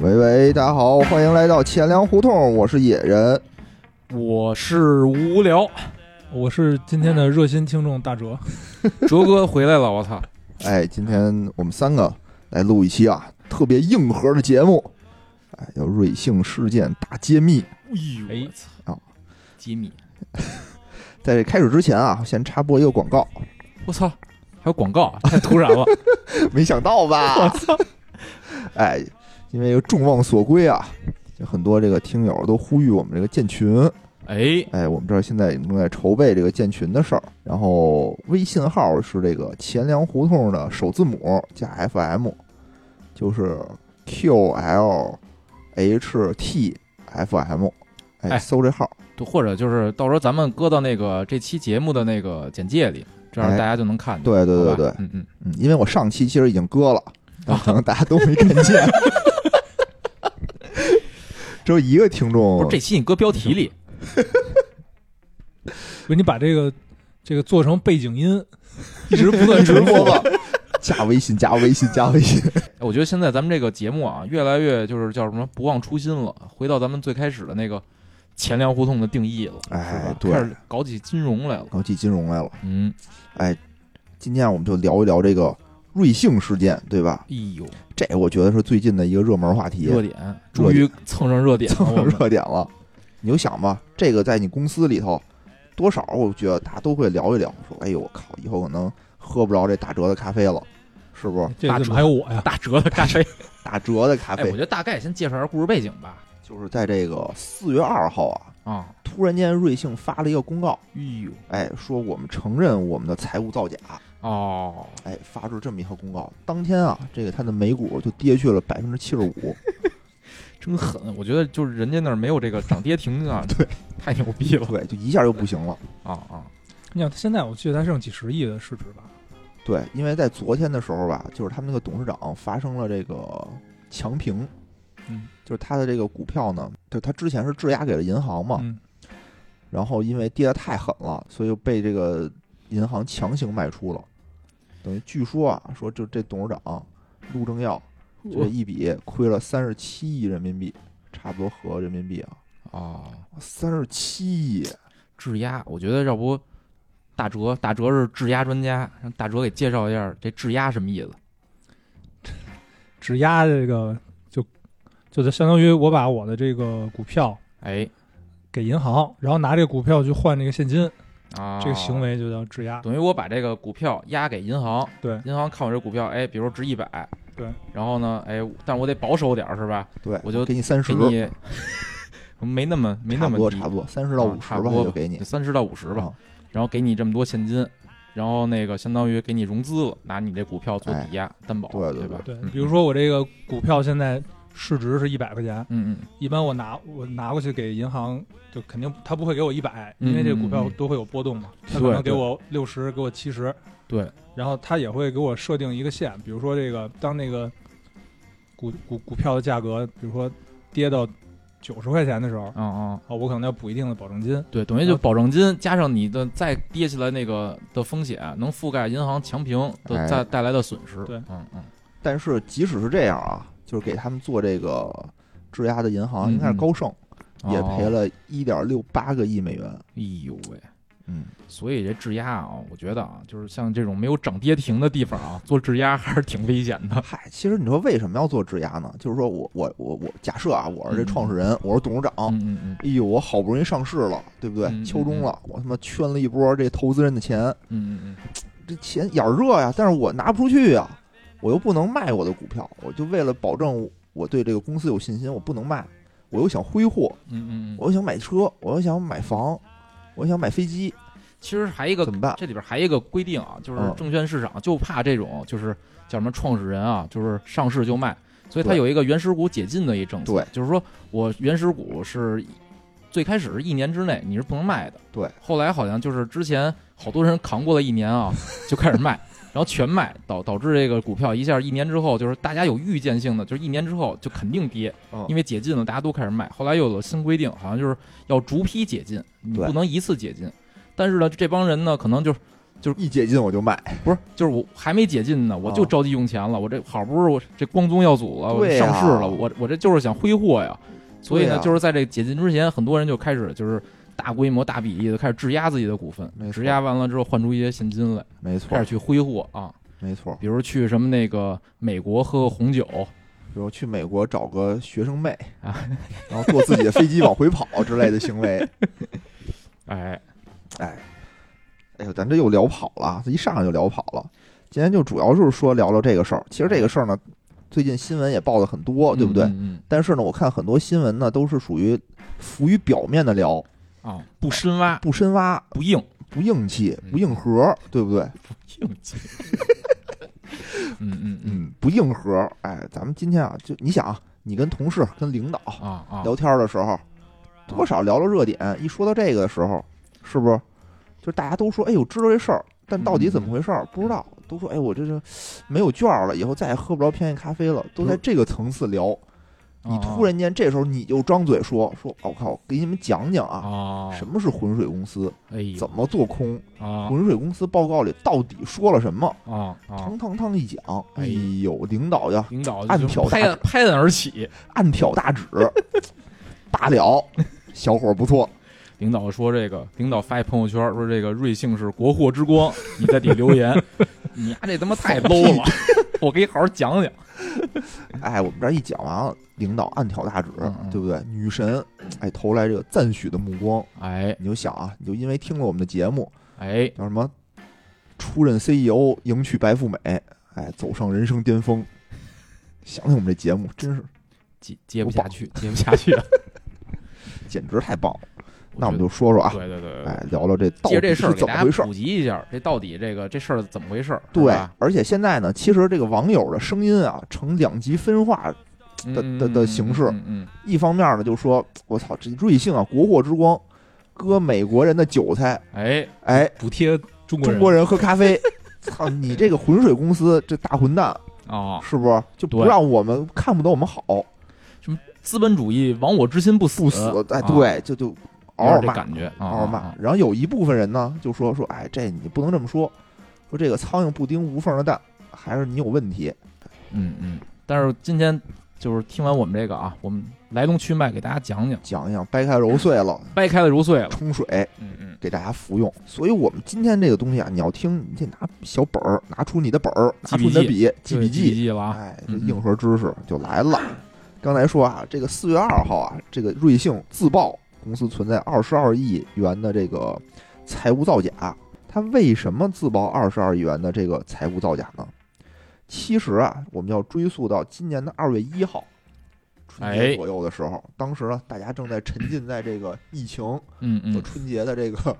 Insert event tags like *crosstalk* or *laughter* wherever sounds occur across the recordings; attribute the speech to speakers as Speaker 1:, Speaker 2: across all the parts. Speaker 1: 喂喂，大家好，欢迎来到钱粮胡同，我是野人。
Speaker 2: 我是无聊，
Speaker 3: 我是今天的热心听众大哲，
Speaker 2: *laughs* 哲哥回来了，我操！
Speaker 1: 哎，今天我们三个来录一期啊，特别硬核的节目，哎，叫《瑞幸事件大揭秘》。
Speaker 2: 哎呦，
Speaker 1: 啊
Speaker 2: 操！吉米，
Speaker 1: 在这开始之前啊，先插播一个广告， *laughs*
Speaker 2: 我操！还有广告，啊 *laughs* 太突然了。
Speaker 1: 没想到吧？ *laughs* 哎，因为众望所归啊，就很多这个听友都呼吁我们这个建群。
Speaker 2: 哎，
Speaker 1: 哎，我们这儿现在也正在筹备这个建群的事儿，然后微信号是这个钱粮胡同的首字母加 FM，就是 QLHTFM，哎，
Speaker 2: 哎
Speaker 1: 搜这号，
Speaker 2: 就或者就是到时候咱们搁到那个这期节目的那个简介里，这样
Speaker 1: 哎
Speaker 2: 大家就能看见。
Speaker 1: 对对对
Speaker 2: 好吧哦
Speaker 1: 对
Speaker 2: 嗯嗯，
Speaker 1: 嗯，因为我上期其实已经割了，但可能大家都没看
Speaker 2: *laughs*
Speaker 1: 见，只有一个听众，
Speaker 2: 不是这期你搁标题里，
Speaker 3: 不是你把这个这个做成背景音，一直不断
Speaker 1: 直
Speaker 3: 重复
Speaker 1: 播吧，加微信，加微信，加微信，
Speaker 2: 哎我觉得现在咱们这个节目啊，越来越就是叫什么不忘初心了，回到咱们最开始的那个钱粮胡同的定义了，是
Speaker 1: 哎
Speaker 2: 吧，
Speaker 1: 对，
Speaker 2: 开
Speaker 1: 然
Speaker 2: 始搞起金融来了。
Speaker 1: 后进金融来了。
Speaker 2: 嗯，
Speaker 1: 哎，今天我们就聊一聊这个瑞幸事件，对吧？
Speaker 2: 哎呦，
Speaker 1: 这我觉得是最近的一个热门话题， *laughs*
Speaker 2: 热点终于蹭上热点了，我们
Speaker 1: 热点了。你就想吧，这个在你公司里头，多少我觉得大家都会聊一聊，说：“哎呦，我靠，以后可能喝不着这打折的咖啡了，是不是？”
Speaker 3: 这
Speaker 1: 打
Speaker 3: 怎么
Speaker 1: 折
Speaker 3: 还有我呀？
Speaker 2: 大
Speaker 1: *laughs*
Speaker 2: 折的咖啡。
Speaker 1: 打折的咖
Speaker 2: 嗯哎，
Speaker 1: 啡
Speaker 2: 我觉，得大概先介绍一下故事背景吧。
Speaker 1: 就是在这个四月二号啊，
Speaker 2: 啊，
Speaker 1: 突然间瑞幸发了一个公告，
Speaker 2: 哎呦，
Speaker 1: 哎，说我们承认我们的财务造假，
Speaker 2: 哦，
Speaker 1: 哎，发出这么一条公告。当天啊，这个它的美股就跌去了百分之七十五。
Speaker 2: 真狠！我觉得就是人家那儿没有这个涨跌停 *laughs* 啊，
Speaker 1: 对，
Speaker 2: 太牛逼了
Speaker 1: 对，就一下就不行了。
Speaker 2: 啊啊！
Speaker 3: 你想现在我记得它剩几十亿的市值吧？
Speaker 1: 对，因为在昨天的时候吧，就是他们那个董事长发生了这个强平，
Speaker 2: 嗯，
Speaker 1: 就是他的这个股票呢，就他之前是质押给了银行嘛，
Speaker 3: 嗯，
Speaker 1: 然后因为跌得太狠了，所以就被这个银行强行卖出了。等于据说啊，说就这董事长陆正耀这一笔亏了三十七亿人民币，差不多合人民币啊，
Speaker 2: 啊，
Speaker 1: 三十七亿，
Speaker 2: 质押，我觉得要不大哲，大哲是质押专家，让大哲给介绍一下这质押什么意思？
Speaker 3: 质押这个就就是相当于我把我的这个股票
Speaker 2: 哎
Speaker 3: 给银行，然后拿这个股票去换这个现金，
Speaker 2: 啊，
Speaker 3: 这个行为就叫质押。
Speaker 2: 等于我把这个股票押给银行，
Speaker 3: 对
Speaker 2: 银行看我这股票，哎，比如值一百，
Speaker 3: 对，
Speaker 2: 然后呢，哎，但我得保守点儿是吧？
Speaker 1: 对，
Speaker 2: 我就
Speaker 1: 给你三十
Speaker 2: 给，你 *laughs* 没那么没
Speaker 1: 差
Speaker 2: 那
Speaker 1: 不
Speaker 2: 么
Speaker 1: 多
Speaker 2: 低
Speaker 1: 差不多三十到五
Speaker 2: 啊
Speaker 1: 十
Speaker 2: 差
Speaker 1: 吧，
Speaker 2: 不多
Speaker 1: 就给你
Speaker 2: 就三十到五十吧。
Speaker 1: 啊
Speaker 2: 然后给你这么多现金，然后那个相当于给你融资了，拿你这股票做抵押、担保，
Speaker 1: 哎对对
Speaker 2: 吧？
Speaker 3: 对
Speaker 2: 嗯，
Speaker 3: 比如，说我这个股票现在市值是一百块钱，
Speaker 2: 嗯
Speaker 3: 一般我拿我拿过去给银行，就肯定他不会给我一百，
Speaker 2: 嗯
Speaker 3: 因为这个股票都会有波动嘛，他可
Speaker 2: 对
Speaker 3: 能给我六十，给我七十，
Speaker 2: 对，
Speaker 3: 然后他也会给我设定一个线，比如说这个当那个股股股票的价格，比如说跌到九十块钱的时候
Speaker 2: 嗯，，嗯嗯，
Speaker 3: 啊，我可能要补一定的保证金，
Speaker 2: 对，等于
Speaker 3: 然
Speaker 2: 就
Speaker 3: 后
Speaker 2: 保证金加上你的再跌下来那个的风险，能覆盖银行强平的
Speaker 1: 哎
Speaker 2: 带带来的损失。
Speaker 3: 对
Speaker 2: 嗯嗯，
Speaker 1: 但是即使是这样啊，就是给他们做这个质押的银行，应该是高盛，也赔
Speaker 2: 嗯哦。
Speaker 1: 了一点六八个亿美元。
Speaker 2: 哎呦喂！
Speaker 1: 嗯，
Speaker 2: 所以这质押啊，我觉得啊，就是像这种没有涨跌停的地方啊，做质押还是挺危险的。
Speaker 1: 嗨，其实你说为什么要做质押呢？就是说我我我我假设啊，我是这创始人，我是董事长。
Speaker 2: 嗯嗯嗯
Speaker 1: 哎呦，我好不容易上市了，对不对？
Speaker 2: 嗯嗯
Speaker 1: 秋中了，我他妈圈了一波这投资人的钱，
Speaker 2: 嗯嗯
Speaker 1: 这钱眼儿热呀，但是我拿不出去呀，我又不能卖我的股票，我就为了保证我对这个公司有信心，我不能卖，我又想挥霍，
Speaker 2: 嗯嗯嗯嗯。
Speaker 1: 我又想买车，我又想买房，我又想买飞机，
Speaker 2: 其实还一个
Speaker 1: 怎么办？
Speaker 2: 这里边还有一个规定啊，就是
Speaker 1: 嗯
Speaker 2: 证券市场就怕这种就是叫什么创始人啊，就是上市就卖，所以它
Speaker 1: 对
Speaker 2: 有一个原始股解禁的一政策，
Speaker 1: 对
Speaker 2: 就是说我原始股是最开始是一年之内你是不能卖的，
Speaker 1: 对，
Speaker 2: 后来好像就是之前好多人扛过了一年啊，就开始卖。然后全卖导导致这个股票一下一年之后，就是大家有预见性的，就是一年之后就肯定跌，
Speaker 1: 嗯
Speaker 2: 因为解禁了，大家都开始卖。后来又有了新规定，好像就是要逐批解禁，你
Speaker 1: 对
Speaker 2: 不能一次解禁。但是呢，这帮人呢，可能就是
Speaker 1: 一解禁我就卖，
Speaker 2: 不是，就是我还没解禁呢，我就
Speaker 1: 啊
Speaker 2: 着急用钱了。我这好不容易我这光宗耀祖了，我
Speaker 1: 对呀
Speaker 2: 上市了，我我这就是想挥霍呀。所以
Speaker 1: 对
Speaker 2: 呢，
Speaker 1: 呀
Speaker 2: 就是在这个解禁之前，很多人就开始就是大规模、大比例的开始质押自己的股份
Speaker 1: 没，错
Speaker 2: 质押完了之后换出一些现金来，
Speaker 1: 没
Speaker 2: 开
Speaker 1: 错
Speaker 2: 始去挥霍啊。
Speaker 1: 没错。
Speaker 2: 比如去什么那个美国喝个红酒，
Speaker 1: 比如去美国找个学生妹
Speaker 2: 啊，
Speaker 1: 然后坐自己的飞机往回跑之类的行为。
Speaker 2: 哎，
Speaker 1: 哎呦，咱这又聊跑了，这一上来就聊跑了。今天就主要就是说聊聊这个事儿。其实这个事儿呢，最近新闻也报的很多，哦对不对？
Speaker 2: 嗯
Speaker 1: 但是呢，我看很多新闻呢都是属于浮于表面的聊，
Speaker 2: 嗯啊，不深挖，
Speaker 1: 不深挖，
Speaker 2: 不 *laughs* 硬，
Speaker 1: 不硬气，
Speaker 2: 嗯
Speaker 1: 不硬核，对不对？
Speaker 2: 硬气。嗯嗯嗯
Speaker 1: 嗯，不硬核。哎，咱们今天啊，就你想啊，你跟同事、跟领导
Speaker 2: 啊啊，
Speaker 1: 聊天的时候，多少聊聊热点。一说到这个的时候，是不是就大家都说，哎呦，知道这事儿，但到底怎么回事儿不知道，都说，哎，我这是没有券儿了，以后再也喝不着便宜咖啡了，都在这个层次
Speaker 2: 啊
Speaker 1: 聊。你突然间这时候你就张嘴说说，哦我、靠，我给你们讲讲啊，
Speaker 2: 啊，
Speaker 1: 什么是浑水公司，
Speaker 2: 哎呦
Speaker 1: 怎么做空，
Speaker 2: 啊
Speaker 1: 浑水公司报告里到底说了什么，
Speaker 2: 啊啊！
Speaker 1: 堂堂堂一讲，
Speaker 2: 哎
Speaker 1: 哎呦，领导呀，
Speaker 2: 领导就
Speaker 1: 按挑
Speaker 2: 拍
Speaker 1: 大
Speaker 2: 案拍案而起。
Speaker 1: 暗挑大
Speaker 2: *laughs*
Speaker 1: 指，罢了，小伙儿不错，
Speaker 2: 领导说这个，领导发一朋友圈说这个瑞幸是国货之光，你在底下留言，
Speaker 1: *laughs*
Speaker 2: 你丫、这他妈太 low 了，我给你好好讲讲。
Speaker 1: 哎，我们这一讲完了，领导暗挑大指
Speaker 2: 嗯嗯，
Speaker 1: 对不对？女神，哎，投来这个赞许的目光，
Speaker 2: 哎
Speaker 1: 你就想啊，你就因为听了我们的节目，
Speaker 2: 哎，
Speaker 1: 叫什么，出任 CEO，迎娶白富美，哎，走上人生巅峰。想想我们这节目，真是
Speaker 2: 接接不下去，接不下去了。
Speaker 1: 简直太棒了。*laughs*
Speaker 2: 我
Speaker 1: 那我们
Speaker 2: 觉
Speaker 1: 就说说
Speaker 2: 得
Speaker 1: 啊，
Speaker 2: 对对对对，
Speaker 1: 哎，聊聊这到
Speaker 2: 借着
Speaker 1: 底
Speaker 2: 这事儿
Speaker 1: 是
Speaker 2: 给
Speaker 1: 怎么
Speaker 2: 大
Speaker 1: 回
Speaker 2: 家
Speaker 1: 事儿。
Speaker 2: 普及一下，这到底这个这事儿怎么回事儿？是
Speaker 1: 对
Speaker 2: 吧，
Speaker 1: 而且现在呢，其实这个网友的声音啊，呈两极分化。的
Speaker 2: 嗯
Speaker 1: 的的形式
Speaker 2: 嗯嗯
Speaker 1: 一方面呢，就说我操，这瑞幸啊，国货之光，割美国人的韭菜，
Speaker 2: 嗯，哎，
Speaker 1: 哎，
Speaker 3: 补贴中国
Speaker 1: 中
Speaker 3: 人，
Speaker 1: 国人喝咖
Speaker 2: *laughs*
Speaker 1: 啡。操你这个浑水公司，这大混蛋
Speaker 2: 哦，
Speaker 1: 是不是就不
Speaker 2: 对
Speaker 1: 让我们看不得我们好，
Speaker 2: 资本主义亡我之心不死，
Speaker 1: 不死哎，
Speaker 2: 啊，
Speaker 1: 对，就就嗷嗷
Speaker 2: 有点这
Speaker 1: 骂，
Speaker 2: 感啊觉，
Speaker 1: 嗷
Speaker 2: 嗷
Speaker 1: 嗷骂。然后有一部分人呢，就说说，哎，这你不能这么说，说这个苍蝇不叮无缝的蛋，还是你有问题。
Speaker 2: 嗯嗯。但是今天就是听完我们这个啊，我们来龙去脉给大家讲讲，
Speaker 1: 讲一讲，掰开揉碎
Speaker 2: *laughs*
Speaker 1: 了，
Speaker 2: 掰开了揉碎了。
Speaker 1: 冲水
Speaker 2: 嗯嗯，
Speaker 1: 给大家服用。所以我们今天这个东西啊，你要听，你得拿小本儿，拿出你的本儿，拿出你的笔，记笔
Speaker 2: 对记笔
Speaker 1: 记。
Speaker 2: 了啊。
Speaker 1: 哎，这
Speaker 2: 嗯嗯
Speaker 1: 硬核知识就来了。刚才说啊，这个四月二号啊，这个瑞幸自曝公司存在二十二亿元的这个财务造假。它为什么自曝二十二亿元的这个财务造假呢？其实啊，我们要追溯到今年的二月一号，春
Speaker 2: 哎
Speaker 1: 节左右的时候，当时呢，大家正在沉浸在这个疫情
Speaker 2: 嗯
Speaker 1: 就
Speaker 2: 嗯
Speaker 1: 春节的这
Speaker 2: *laughs*
Speaker 1: 个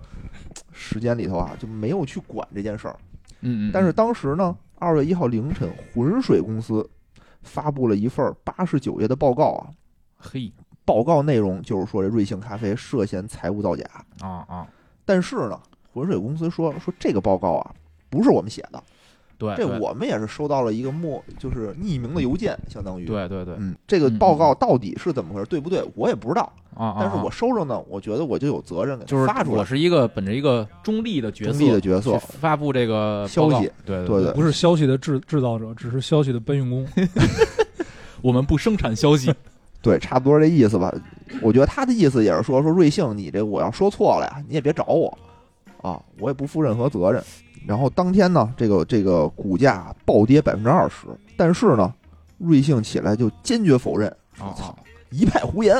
Speaker 1: 时间里头啊，就没有去管这件事儿。
Speaker 2: 嗯嗯。
Speaker 1: 但是当时呢，二月一号凌晨，浑水公司发布了一份八十九页的报告啊，
Speaker 2: 嘿
Speaker 1: 报告内容就是说这瑞幸咖啡涉嫌财务造假。
Speaker 2: 啊啊，
Speaker 1: 但是呢，浑水公司说说这个报告啊，不是我们写的，
Speaker 2: 对，
Speaker 1: 这
Speaker 2: 对
Speaker 1: 我们也是收到了一个默就是匿名的邮件，相当于。
Speaker 2: 对对对
Speaker 1: 嗯，这个报告到底是怎么回事，对不对？我也不知道。
Speaker 2: 啊啊。
Speaker 1: 但是我
Speaker 2: 啊
Speaker 1: 收着呢，我觉得我就有责任给它
Speaker 2: 就是
Speaker 1: 发出
Speaker 2: 我
Speaker 1: 来。
Speaker 2: 是一个本着一个中立的角色，
Speaker 1: 中立的角色
Speaker 2: 去发布这个
Speaker 1: 消息
Speaker 2: 报告，
Speaker 1: 对
Speaker 2: 对对
Speaker 1: 对，
Speaker 3: 不是消息的制制造者，只是消息的搬运工。
Speaker 2: 我们不生产消息，
Speaker 1: *laughs* 对，差不多这意思吧。我觉得他的意思也是说，说瑞幸，你这我要说错了呀，你也别找我啊，我也不负任何责任。然后当天呢，这个这个股价暴跌百分之二十，但是呢，瑞幸起来就坚决否认，说
Speaker 2: 啊
Speaker 1: 操，一派胡言，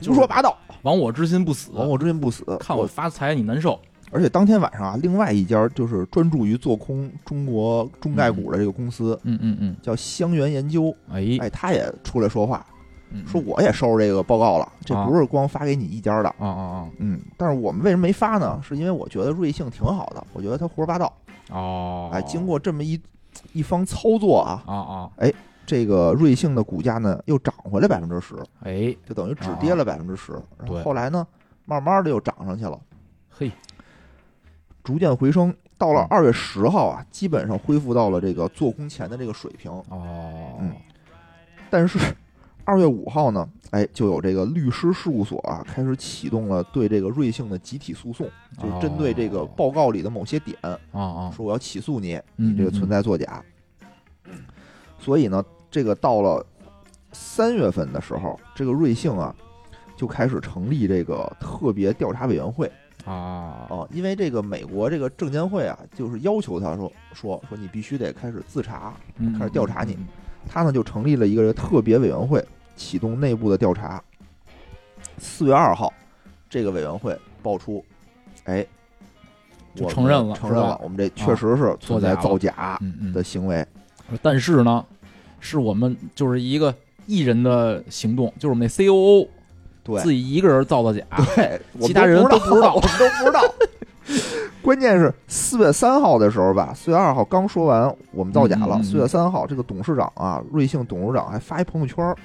Speaker 2: 就是
Speaker 1: 胡说八道，
Speaker 2: 亡我之心不死，
Speaker 1: 亡我之心不死。
Speaker 2: 看我发财你难受。
Speaker 1: 而且当天晚上啊，另外一家就是专注于做空中国中概股的这个公司，
Speaker 2: 嗯嗯嗯，
Speaker 1: 叫香源研究，
Speaker 2: 哎，
Speaker 1: 哎，他也出来说话，
Speaker 2: 嗯
Speaker 1: 说我也收着这个报告了，这不是光发给你一家的。
Speaker 2: 啊啊
Speaker 1: 嗯，但是我们为什么没发呢？是因为我觉得瑞幸挺好的，我觉得他胡说八道。
Speaker 2: 啊，哦，
Speaker 1: 哎，经过这么一一方操作啊，
Speaker 2: 啊啊，
Speaker 1: 这个瑞幸的股价呢又涨回来百分之十，
Speaker 2: 哎，
Speaker 1: 就等于只跌了百分之十。然后
Speaker 2: 对
Speaker 1: 后来呢，慢慢的又涨上去了，
Speaker 2: 嘿，
Speaker 1: 逐渐回升。到了
Speaker 2: 嗯
Speaker 1: 二月十号啊，基本上恢复到了这个做空前的这个水平。
Speaker 2: 哦，
Speaker 1: 嗯但是二月五号呢，哎，就有这个律师事务所啊，开始启动了对这个瑞幸的集体诉讼，就是针对这个
Speaker 2: 哦
Speaker 1: 报告里的某些点，
Speaker 2: 啊啊，
Speaker 1: 说我要起诉你，
Speaker 2: 嗯
Speaker 1: 你这个
Speaker 2: 嗯
Speaker 1: 存在作假。所以呢，这个到了三月份的时候，这个瑞幸啊就开始成立这个特别调查委员会
Speaker 2: 啊，
Speaker 1: 啊，因为这个美国这个证监会啊，就是要求他说说说你必须得开始自查，开始调查你
Speaker 2: 嗯，
Speaker 1: 他呢就成立了一个特别委员会，启动内部的调查。四月二号，这个委员会爆出，哎，
Speaker 2: 就
Speaker 1: 我们
Speaker 2: 承认了
Speaker 1: 承认
Speaker 2: 是
Speaker 1: 了
Speaker 2: 吧，
Speaker 1: 我们这确实是存在
Speaker 2: 啊
Speaker 1: 造
Speaker 2: 作
Speaker 1: 假
Speaker 2: 嗯嗯
Speaker 1: 的行为。
Speaker 2: 嗯，但是呢，是我们就是一个艺人的行动，就是我们那 COO
Speaker 1: 对
Speaker 2: 自己一个人造的假，
Speaker 1: 对，我们
Speaker 2: 其他人
Speaker 1: 都
Speaker 2: 都不知
Speaker 1: *laughs*
Speaker 2: 道
Speaker 1: 我们都不知道。关键是四月三号的时候吧，四月二号刚说完我们造假
Speaker 2: 嗯嗯
Speaker 1: 了，
Speaker 2: 嗯
Speaker 1: 四、月三号这个董事长啊，瑞幸董事长还发一朋友圈儿，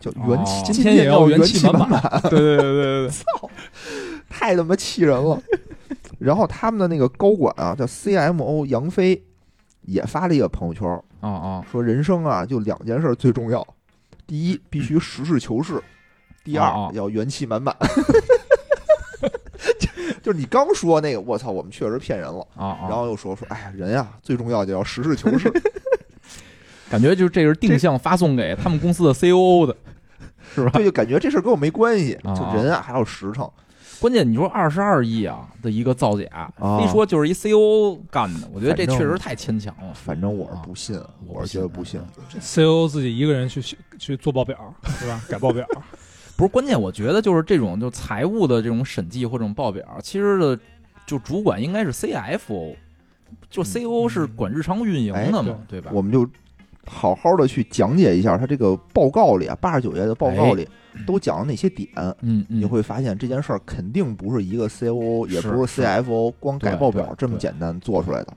Speaker 1: 叫元气，
Speaker 2: 哦
Speaker 1: 今
Speaker 3: 今天也要
Speaker 1: 要元
Speaker 3: 元气满
Speaker 1: 满，
Speaker 3: 对对对对对
Speaker 1: 操，太他妈气人
Speaker 2: *laughs*
Speaker 1: 了。然后他们的那个高管啊，叫 CMO 杨飞，也发了一个朋友圈，
Speaker 2: 啊啊，
Speaker 1: 说人生啊就两件事最重要，第一必须实事求是，第
Speaker 2: 哦
Speaker 1: 二
Speaker 2: 哦
Speaker 1: 要元气满
Speaker 2: *laughs*
Speaker 1: 满。就就是你刚说那个，我操，我们确实骗人了。
Speaker 2: 啊啊，
Speaker 1: 然后又说说，哎呀，人呀、最重要就要实事求
Speaker 2: *laughs*
Speaker 1: 是。
Speaker 2: 感觉就是这是定向发送给他们公司的
Speaker 1: *laughs*
Speaker 2: COO 的，是吧？
Speaker 1: 对，就感觉这事儿跟我没关系。
Speaker 2: 哦
Speaker 1: 就人啊还要实诚。
Speaker 2: 关键你说二十二亿啊的一个造假，
Speaker 1: 啊
Speaker 2: 非说就是一 COO 干的，我觉得这
Speaker 1: 反正
Speaker 2: 确实太牵强了。
Speaker 1: 反正我是不信，
Speaker 2: 哦我
Speaker 1: 我是觉得不
Speaker 2: 不
Speaker 1: 信
Speaker 2: 信啊。
Speaker 3: 对，COO E 自己一个人去去做报表，对吧？改报表，
Speaker 2: 不是关键，我觉得就是这种就财务的这种审计或者这种报表，其实的就主管应该是 CFO，就
Speaker 1: 嗯
Speaker 2: COO 是管日常运营的嘛，对吧？
Speaker 1: 哎我们就好好的去讲解一下他这个报告里啊，八十九页的报告里都讲了哪些点。
Speaker 2: 哎嗯嗯，
Speaker 1: 你会发现这件事儿肯定不是一个 COO，也
Speaker 2: 是
Speaker 1: 不是
Speaker 2: 是
Speaker 1: CFO 光改报表
Speaker 2: 对
Speaker 1: 这么简单做出来的，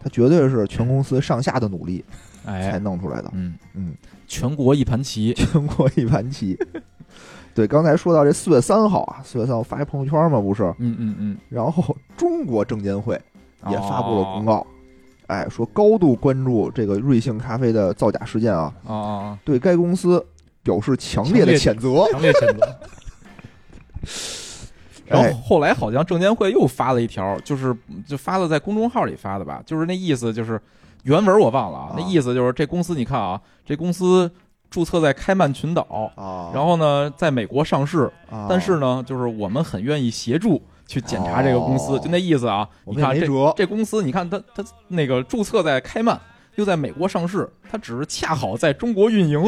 Speaker 1: 它绝对是全公司上下的努力才
Speaker 2: 哎，
Speaker 1: 弄出来的。
Speaker 2: 嗯
Speaker 1: 嗯，
Speaker 2: 全国一盘棋，
Speaker 1: 全国一盘棋。 *laughs* 对，刚才说到这四月三号啊，四月三号发一朋友圈嘛，不是？
Speaker 2: 嗯嗯嗯，
Speaker 1: 然后中国证监会也发布了公
Speaker 2: 告
Speaker 1: 告，哎，说高度关注这个瑞幸咖啡的造假事件啊，
Speaker 2: 啊啊啊，
Speaker 1: 对该公司表示强烈的谴责。
Speaker 3: 强烈谴责。
Speaker 2: 然
Speaker 1: 哎
Speaker 2: 后后来好像证监会又发了一条，就是就发了在公众号里发的吧，就是那意思就是原文我忘了啊
Speaker 1: 啊，
Speaker 2: 那意思就是这公司你看啊，这公司注册在开曼群岛，
Speaker 1: 啊，
Speaker 2: 然后呢在美国上市，
Speaker 1: 啊
Speaker 2: 但是呢就是我们很愿意协助去检查这个公司，
Speaker 1: 哦
Speaker 2: 就那意思啊。
Speaker 1: 我们
Speaker 2: 你
Speaker 1: 也
Speaker 2: 看
Speaker 1: 没
Speaker 2: 这
Speaker 1: 辙，
Speaker 2: 这公司，你看它它那个注册在开曼。又在美国上市，它只是恰好在中国运
Speaker 1: *laughs*
Speaker 2: 营，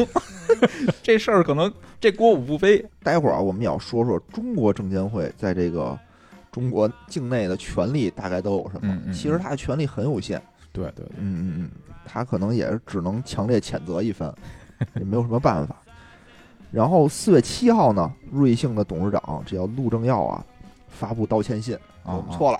Speaker 2: 这事儿可能这锅我不背。
Speaker 1: 待会儿啊，我们也要说说中国证监会在这个中国境内的权利大概都有什么。
Speaker 2: 嗯嗯嗯
Speaker 1: 其实它的权利很有限，
Speaker 2: 对对对，
Speaker 1: 嗯嗯嗯，他可能也只能强烈谴责一番，也没有什么办法。然后四月七号呢，瑞幸的董事长这叫陆正耀啊，发布道歉信，
Speaker 2: 啊
Speaker 1: 我们错了。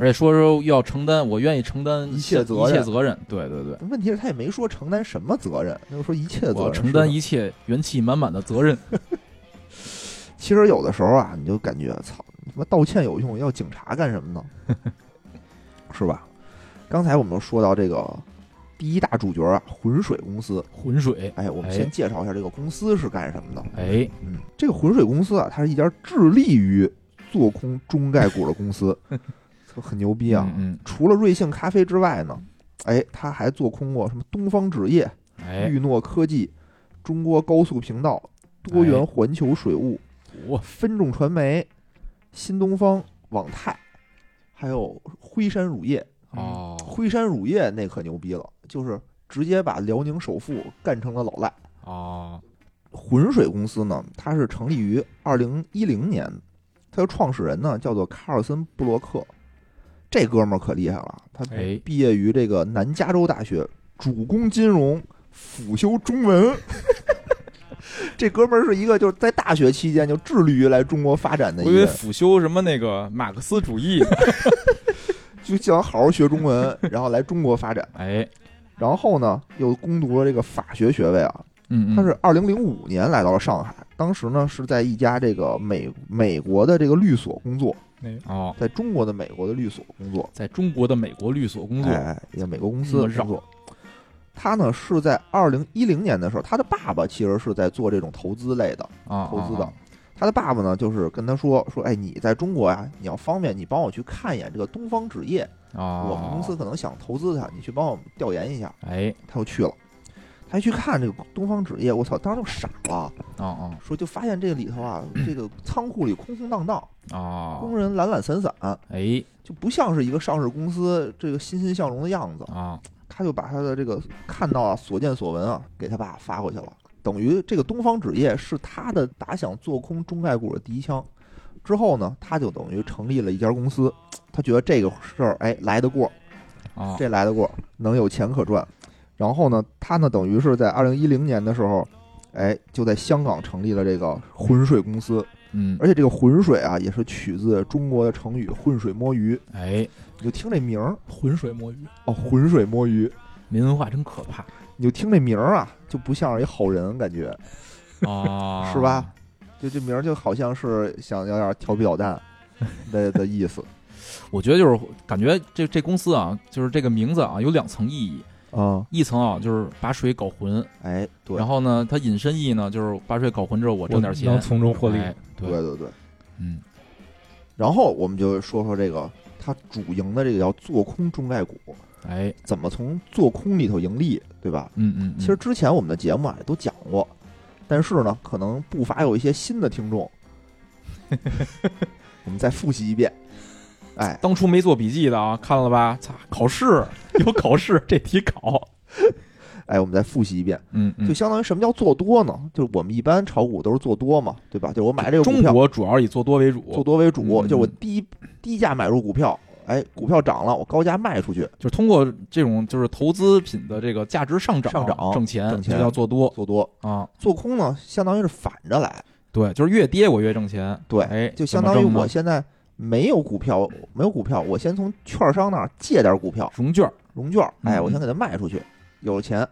Speaker 2: 而且说说要承担，我愿意承担
Speaker 1: 一切责任
Speaker 2: 一切责任。对对对，
Speaker 1: 问题是，他也没说承担什么责任，他就说一切责任
Speaker 2: 我
Speaker 1: 是
Speaker 2: 要
Speaker 1: 的。
Speaker 2: 承担一切元气满满的责任。
Speaker 1: 其实有的时候啊，你就感觉操，你他妈道歉有用，要警察干什么呢？
Speaker 2: *laughs*
Speaker 1: 是吧？刚才我们说到这个第一大主角啊，浑水公司。
Speaker 2: 浑水，
Speaker 1: 哎，我们
Speaker 2: 哎
Speaker 1: 先介绍一下这个公司是干什么的。
Speaker 2: 哎，
Speaker 1: 嗯，这个浑水公司啊，它是一家致力于做空中概股的公司，
Speaker 2: *laughs*
Speaker 1: 这很牛逼啊。
Speaker 2: 嗯
Speaker 1: 除了瑞幸咖啡之外呢，哎，它还做空过什么东方纸业、
Speaker 2: 嗯，哎，
Speaker 1: 裕诺科技、中国高速频道、多元环球水务、
Speaker 2: 我
Speaker 1: 分众传媒、新东方、网泰，还有辉山乳业。
Speaker 3: 嗯
Speaker 2: 哦
Speaker 1: 辉山乳业那可牛逼了，就是直接把辽宁首富干成了老赖。
Speaker 2: 哦，
Speaker 1: 浑水公司呢，它是成立于二零一零年，它的创始人呢叫做卡尔森·布洛克，这哥们儿可厉害了，他
Speaker 2: 哎，
Speaker 1: 毕业于这个南加州大学，主攻金融，辅修中文。 *laughs* 这哥们儿是一个就是在大学期间就致力于来中国发展的
Speaker 2: 我
Speaker 1: 一
Speaker 2: 以
Speaker 1: 个
Speaker 2: 为
Speaker 1: 人，
Speaker 2: 辅修什么那个马克思主义。
Speaker 1: 就想好好学中文，
Speaker 2: *laughs*
Speaker 1: 然后来中国发展。
Speaker 2: 哎，
Speaker 1: 然后呢，又攻读了这个法学学位啊，
Speaker 2: 嗯，嗯
Speaker 1: 他是二零零五年来到了上海，当时呢是在一家这个美美国的这个律所工作，
Speaker 2: 哦，
Speaker 1: 在中国的美国的律所工作，哎
Speaker 2: 在中国的美国律所工作，
Speaker 1: 哎，一个美国公司
Speaker 2: 嗯绕
Speaker 1: 工作。他呢是在二零一零年的时候，他的爸爸其实是在做这种投资类的
Speaker 2: 啊，
Speaker 1: 投资
Speaker 2: 啊
Speaker 1: 的。他的爸爸呢，就是跟他说说，哎，你在中国呀、你要方便，你帮我去看一眼这个东方纸业，
Speaker 2: 啊，
Speaker 1: 我们公司可能想投资它，你去帮我们调研一下。
Speaker 2: 哎，
Speaker 1: 他又去了，他一去看这个东方纸业，我操，当时就傻了，
Speaker 2: 哦哦
Speaker 1: 说就发现这里头啊，这个仓库里空空荡荡，工
Speaker 2: 哦，
Speaker 1: 人懒懒散散，
Speaker 2: 哎
Speaker 1: 就不像是一个上市公司这个欣欣向荣的样子。
Speaker 2: 啊，
Speaker 1: 他就把他的这个看到啊、所见所闻啊，给他爸发过去了。等于这个东方纸业是他的打响做空中概股的第一枪。之后呢，他就等于成立了一家公司，他觉得这个事儿哎来得过，
Speaker 2: 哦
Speaker 1: 这来得过，能有钱可赚。然后呢，他呢等于是在二零一零年的时候，哎就在香港成立了这个浑水公司，
Speaker 2: 嗯，
Speaker 1: 而且这个浑水啊也是取自中国的成语“浑水摸鱼
Speaker 2: 哎，”，
Speaker 1: 你就听这名儿
Speaker 3: 浑水摸鱼，
Speaker 1: 哦，浑水摸鱼，
Speaker 2: 民文化真可怕
Speaker 1: 你就听这名儿啊，就不像是一好人，感觉 *laughs*
Speaker 2: 啊，
Speaker 1: 是吧？就这名儿就好像是想有点调皮捣 *laughs* 蛋的的意思
Speaker 2: 我觉得就是感觉这这公司啊，就是这个名字啊，有两层意义，
Speaker 1: 啊、
Speaker 2: 一层啊就是把水搞浑，
Speaker 1: 哎，对，
Speaker 2: 然后呢，它引申意义呢就是把水搞浑之后我挣点钱
Speaker 3: 能，从中获利。
Speaker 2: 哎
Speaker 1: 对
Speaker 2: 对，
Speaker 1: 对对，
Speaker 2: 嗯，
Speaker 1: 然后我们就说说这个他主营的这个叫做空中概股，
Speaker 2: 哎，
Speaker 1: 怎么从做空里头盈利，对吧？
Speaker 2: 嗯嗯，嗯
Speaker 1: 其实之前我们的节目啊也都讲过，但是呢，可能不乏有一些新的听
Speaker 2: *laughs*
Speaker 1: 众，我们再复习一遍。哎，
Speaker 2: 当初没做笔记的啊，看了吧？操，考试 *laughs* 有考试，这题考，
Speaker 1: 哎，我们再复习一遍，
Speaker 2: 嗯
Speaker 1: 就
Speaker 2: 嗯，
Speaker 1: 相当于什么叫做多呢？就是我们一般炒股都是做多嘛，对吧？就是我买这个股
Speaker 2: 中
Speaker 1: 票
Speaker 2: 国主要以做多为
Speaker 1: 做
Speaker 2: 主，
Speaker 1: 多为主，
Speaker 2: 嗯
Speaker 1: 就是我低低价买入股票，哎，股票涨了，我高价卖出去，
Speaker 2: 就是通过这种就是投资品的这个价值上涨
Speaker 1: 上涨
Speaker 2: 挣钱，
Speaker 1: 挣钱
Speaker 2: 就叫做多
Speaker 1: 做多。
Speaker 2: 啊。
Speaker 1: 做空呢，相当于是反着来，
Speaker 2: 对，就是越跌我越挣钱，
Speaker 1: 对
Speaker 2: 哎，
Speaker 1: 就相当于
Speaker 2: 怎么
Speaker 1: 我
Speaker 2: 挣呢
Speaker 1: 现在没有股票，没有股票，我先从券商那儿借点股票
Speaker 2: 融券儿，
Speaker 1: 融券，哎，
Speaker 2: 嗯
Speaker 1: 我先给它卖出去，有了钱，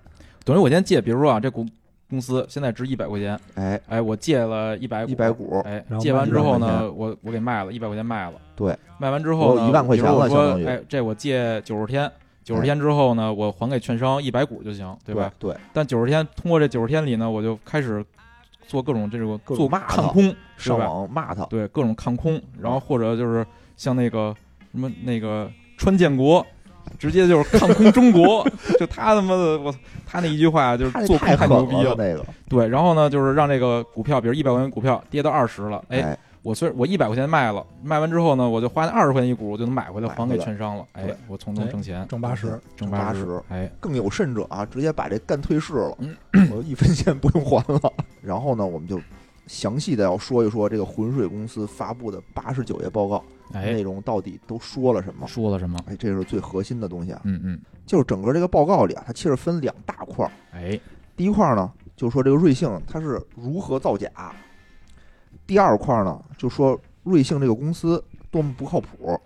Speaker 2: 等于我今天借，比如说啊，这股公司现在值一百块钱，
Speaker 1: 哎，
Speaker 2: 哎，我借了一百
Speaker 1: 一百，股，
Speaker 2: 哎
Speaker 3: 然，后
Speaker 2: 借完之后
Speaker 1: 卖
Speaker 2: 呢，我我给卖了一百块钱卖了，
Speaker 1: 对，
Speaker 2: 卖完之后呢
Speaker 1: 我有100块钱了
Speaker 2: 比如我说
Speaker 1: 相当于哎
Speaker 2: 哎，这我借九十天。九十天之后呢，我还给券商一百股就行，对
Speaker 1: 对
Speaker 2: 吧？？
Speaker 1: 对，
Speaker 2: 但九十天通过这九十天里呢，我就开始做各种这种
Speaker 1: 各种
Speaker 2: 做
Speaker 1: 骂他
Speaker 2: 看空，是
Speaker 1: 上
Speaker 2: 吧？
Speaker 1: 网骂他，
Speaker 2: 对，各种看空，然后或者就是像那个什么那个川建国，直接就是看空中
Speaker 1: *laughs*
Speaker 2: 国，就他他妈的我他那一句话就
Speaker 1: 他
Speaker 2: 是
Speaker 1: 那
Speaker 2: 做空
Speaker 1: 太
Speaker 2: 太
Speaker 1: 狠
Speaker 2: 牛逼
Speaker 1: 了
Speaker 2: 了，
Speaker 1: 那个，
Speaker 2: 对。然后呢，就是让这个股票，比如一百块钱股票跌到二十了，哎，
Speaker 1: 哎，
Speaker 2: 我虽我一百块钱卖了，卖完之后呢，我就花那二十块钱一股，我就能买回来
Speaker 1: 买
Speaker 2: 还
Speaker 1: 回
Speaker 2: 给
Speaker 1: 来
Speaker 2: 券商了，哎
Speaker 1: 对，
Speaker 2: 我从中挣钱，
Speaker 3: 挣八十，
Speaker 2: 挣
Speaker 1: 八
Speaker 2: 十
Speaker 1: 十，
Speaker 2: 哎，
Speaker 1: 更有甚者啊，直接把这干退市了
Speaker 2: 嗯，
Speaker 1: 我一分钱不用还了。然后呢，我们就详细的要说一说这个浑水公司发布的八十九页报告
Speaker 2: 哎
Speaker 1: 内，容到底都说了什么。
Speaker 2: 说了什么？
Speaker 1: 哎，这是最核心的东西啊，
Speaker 2: 嗯嗯，
Speaker 1: 就是整个这个报告里啊，它其实分两大块儿。
Speaker 2: 哎，
Speaker 1: 第一块儿呢，就说这个瑞幸它是如何造假；第二块儿呢，就说瑞幸这个公司多么不靠谱，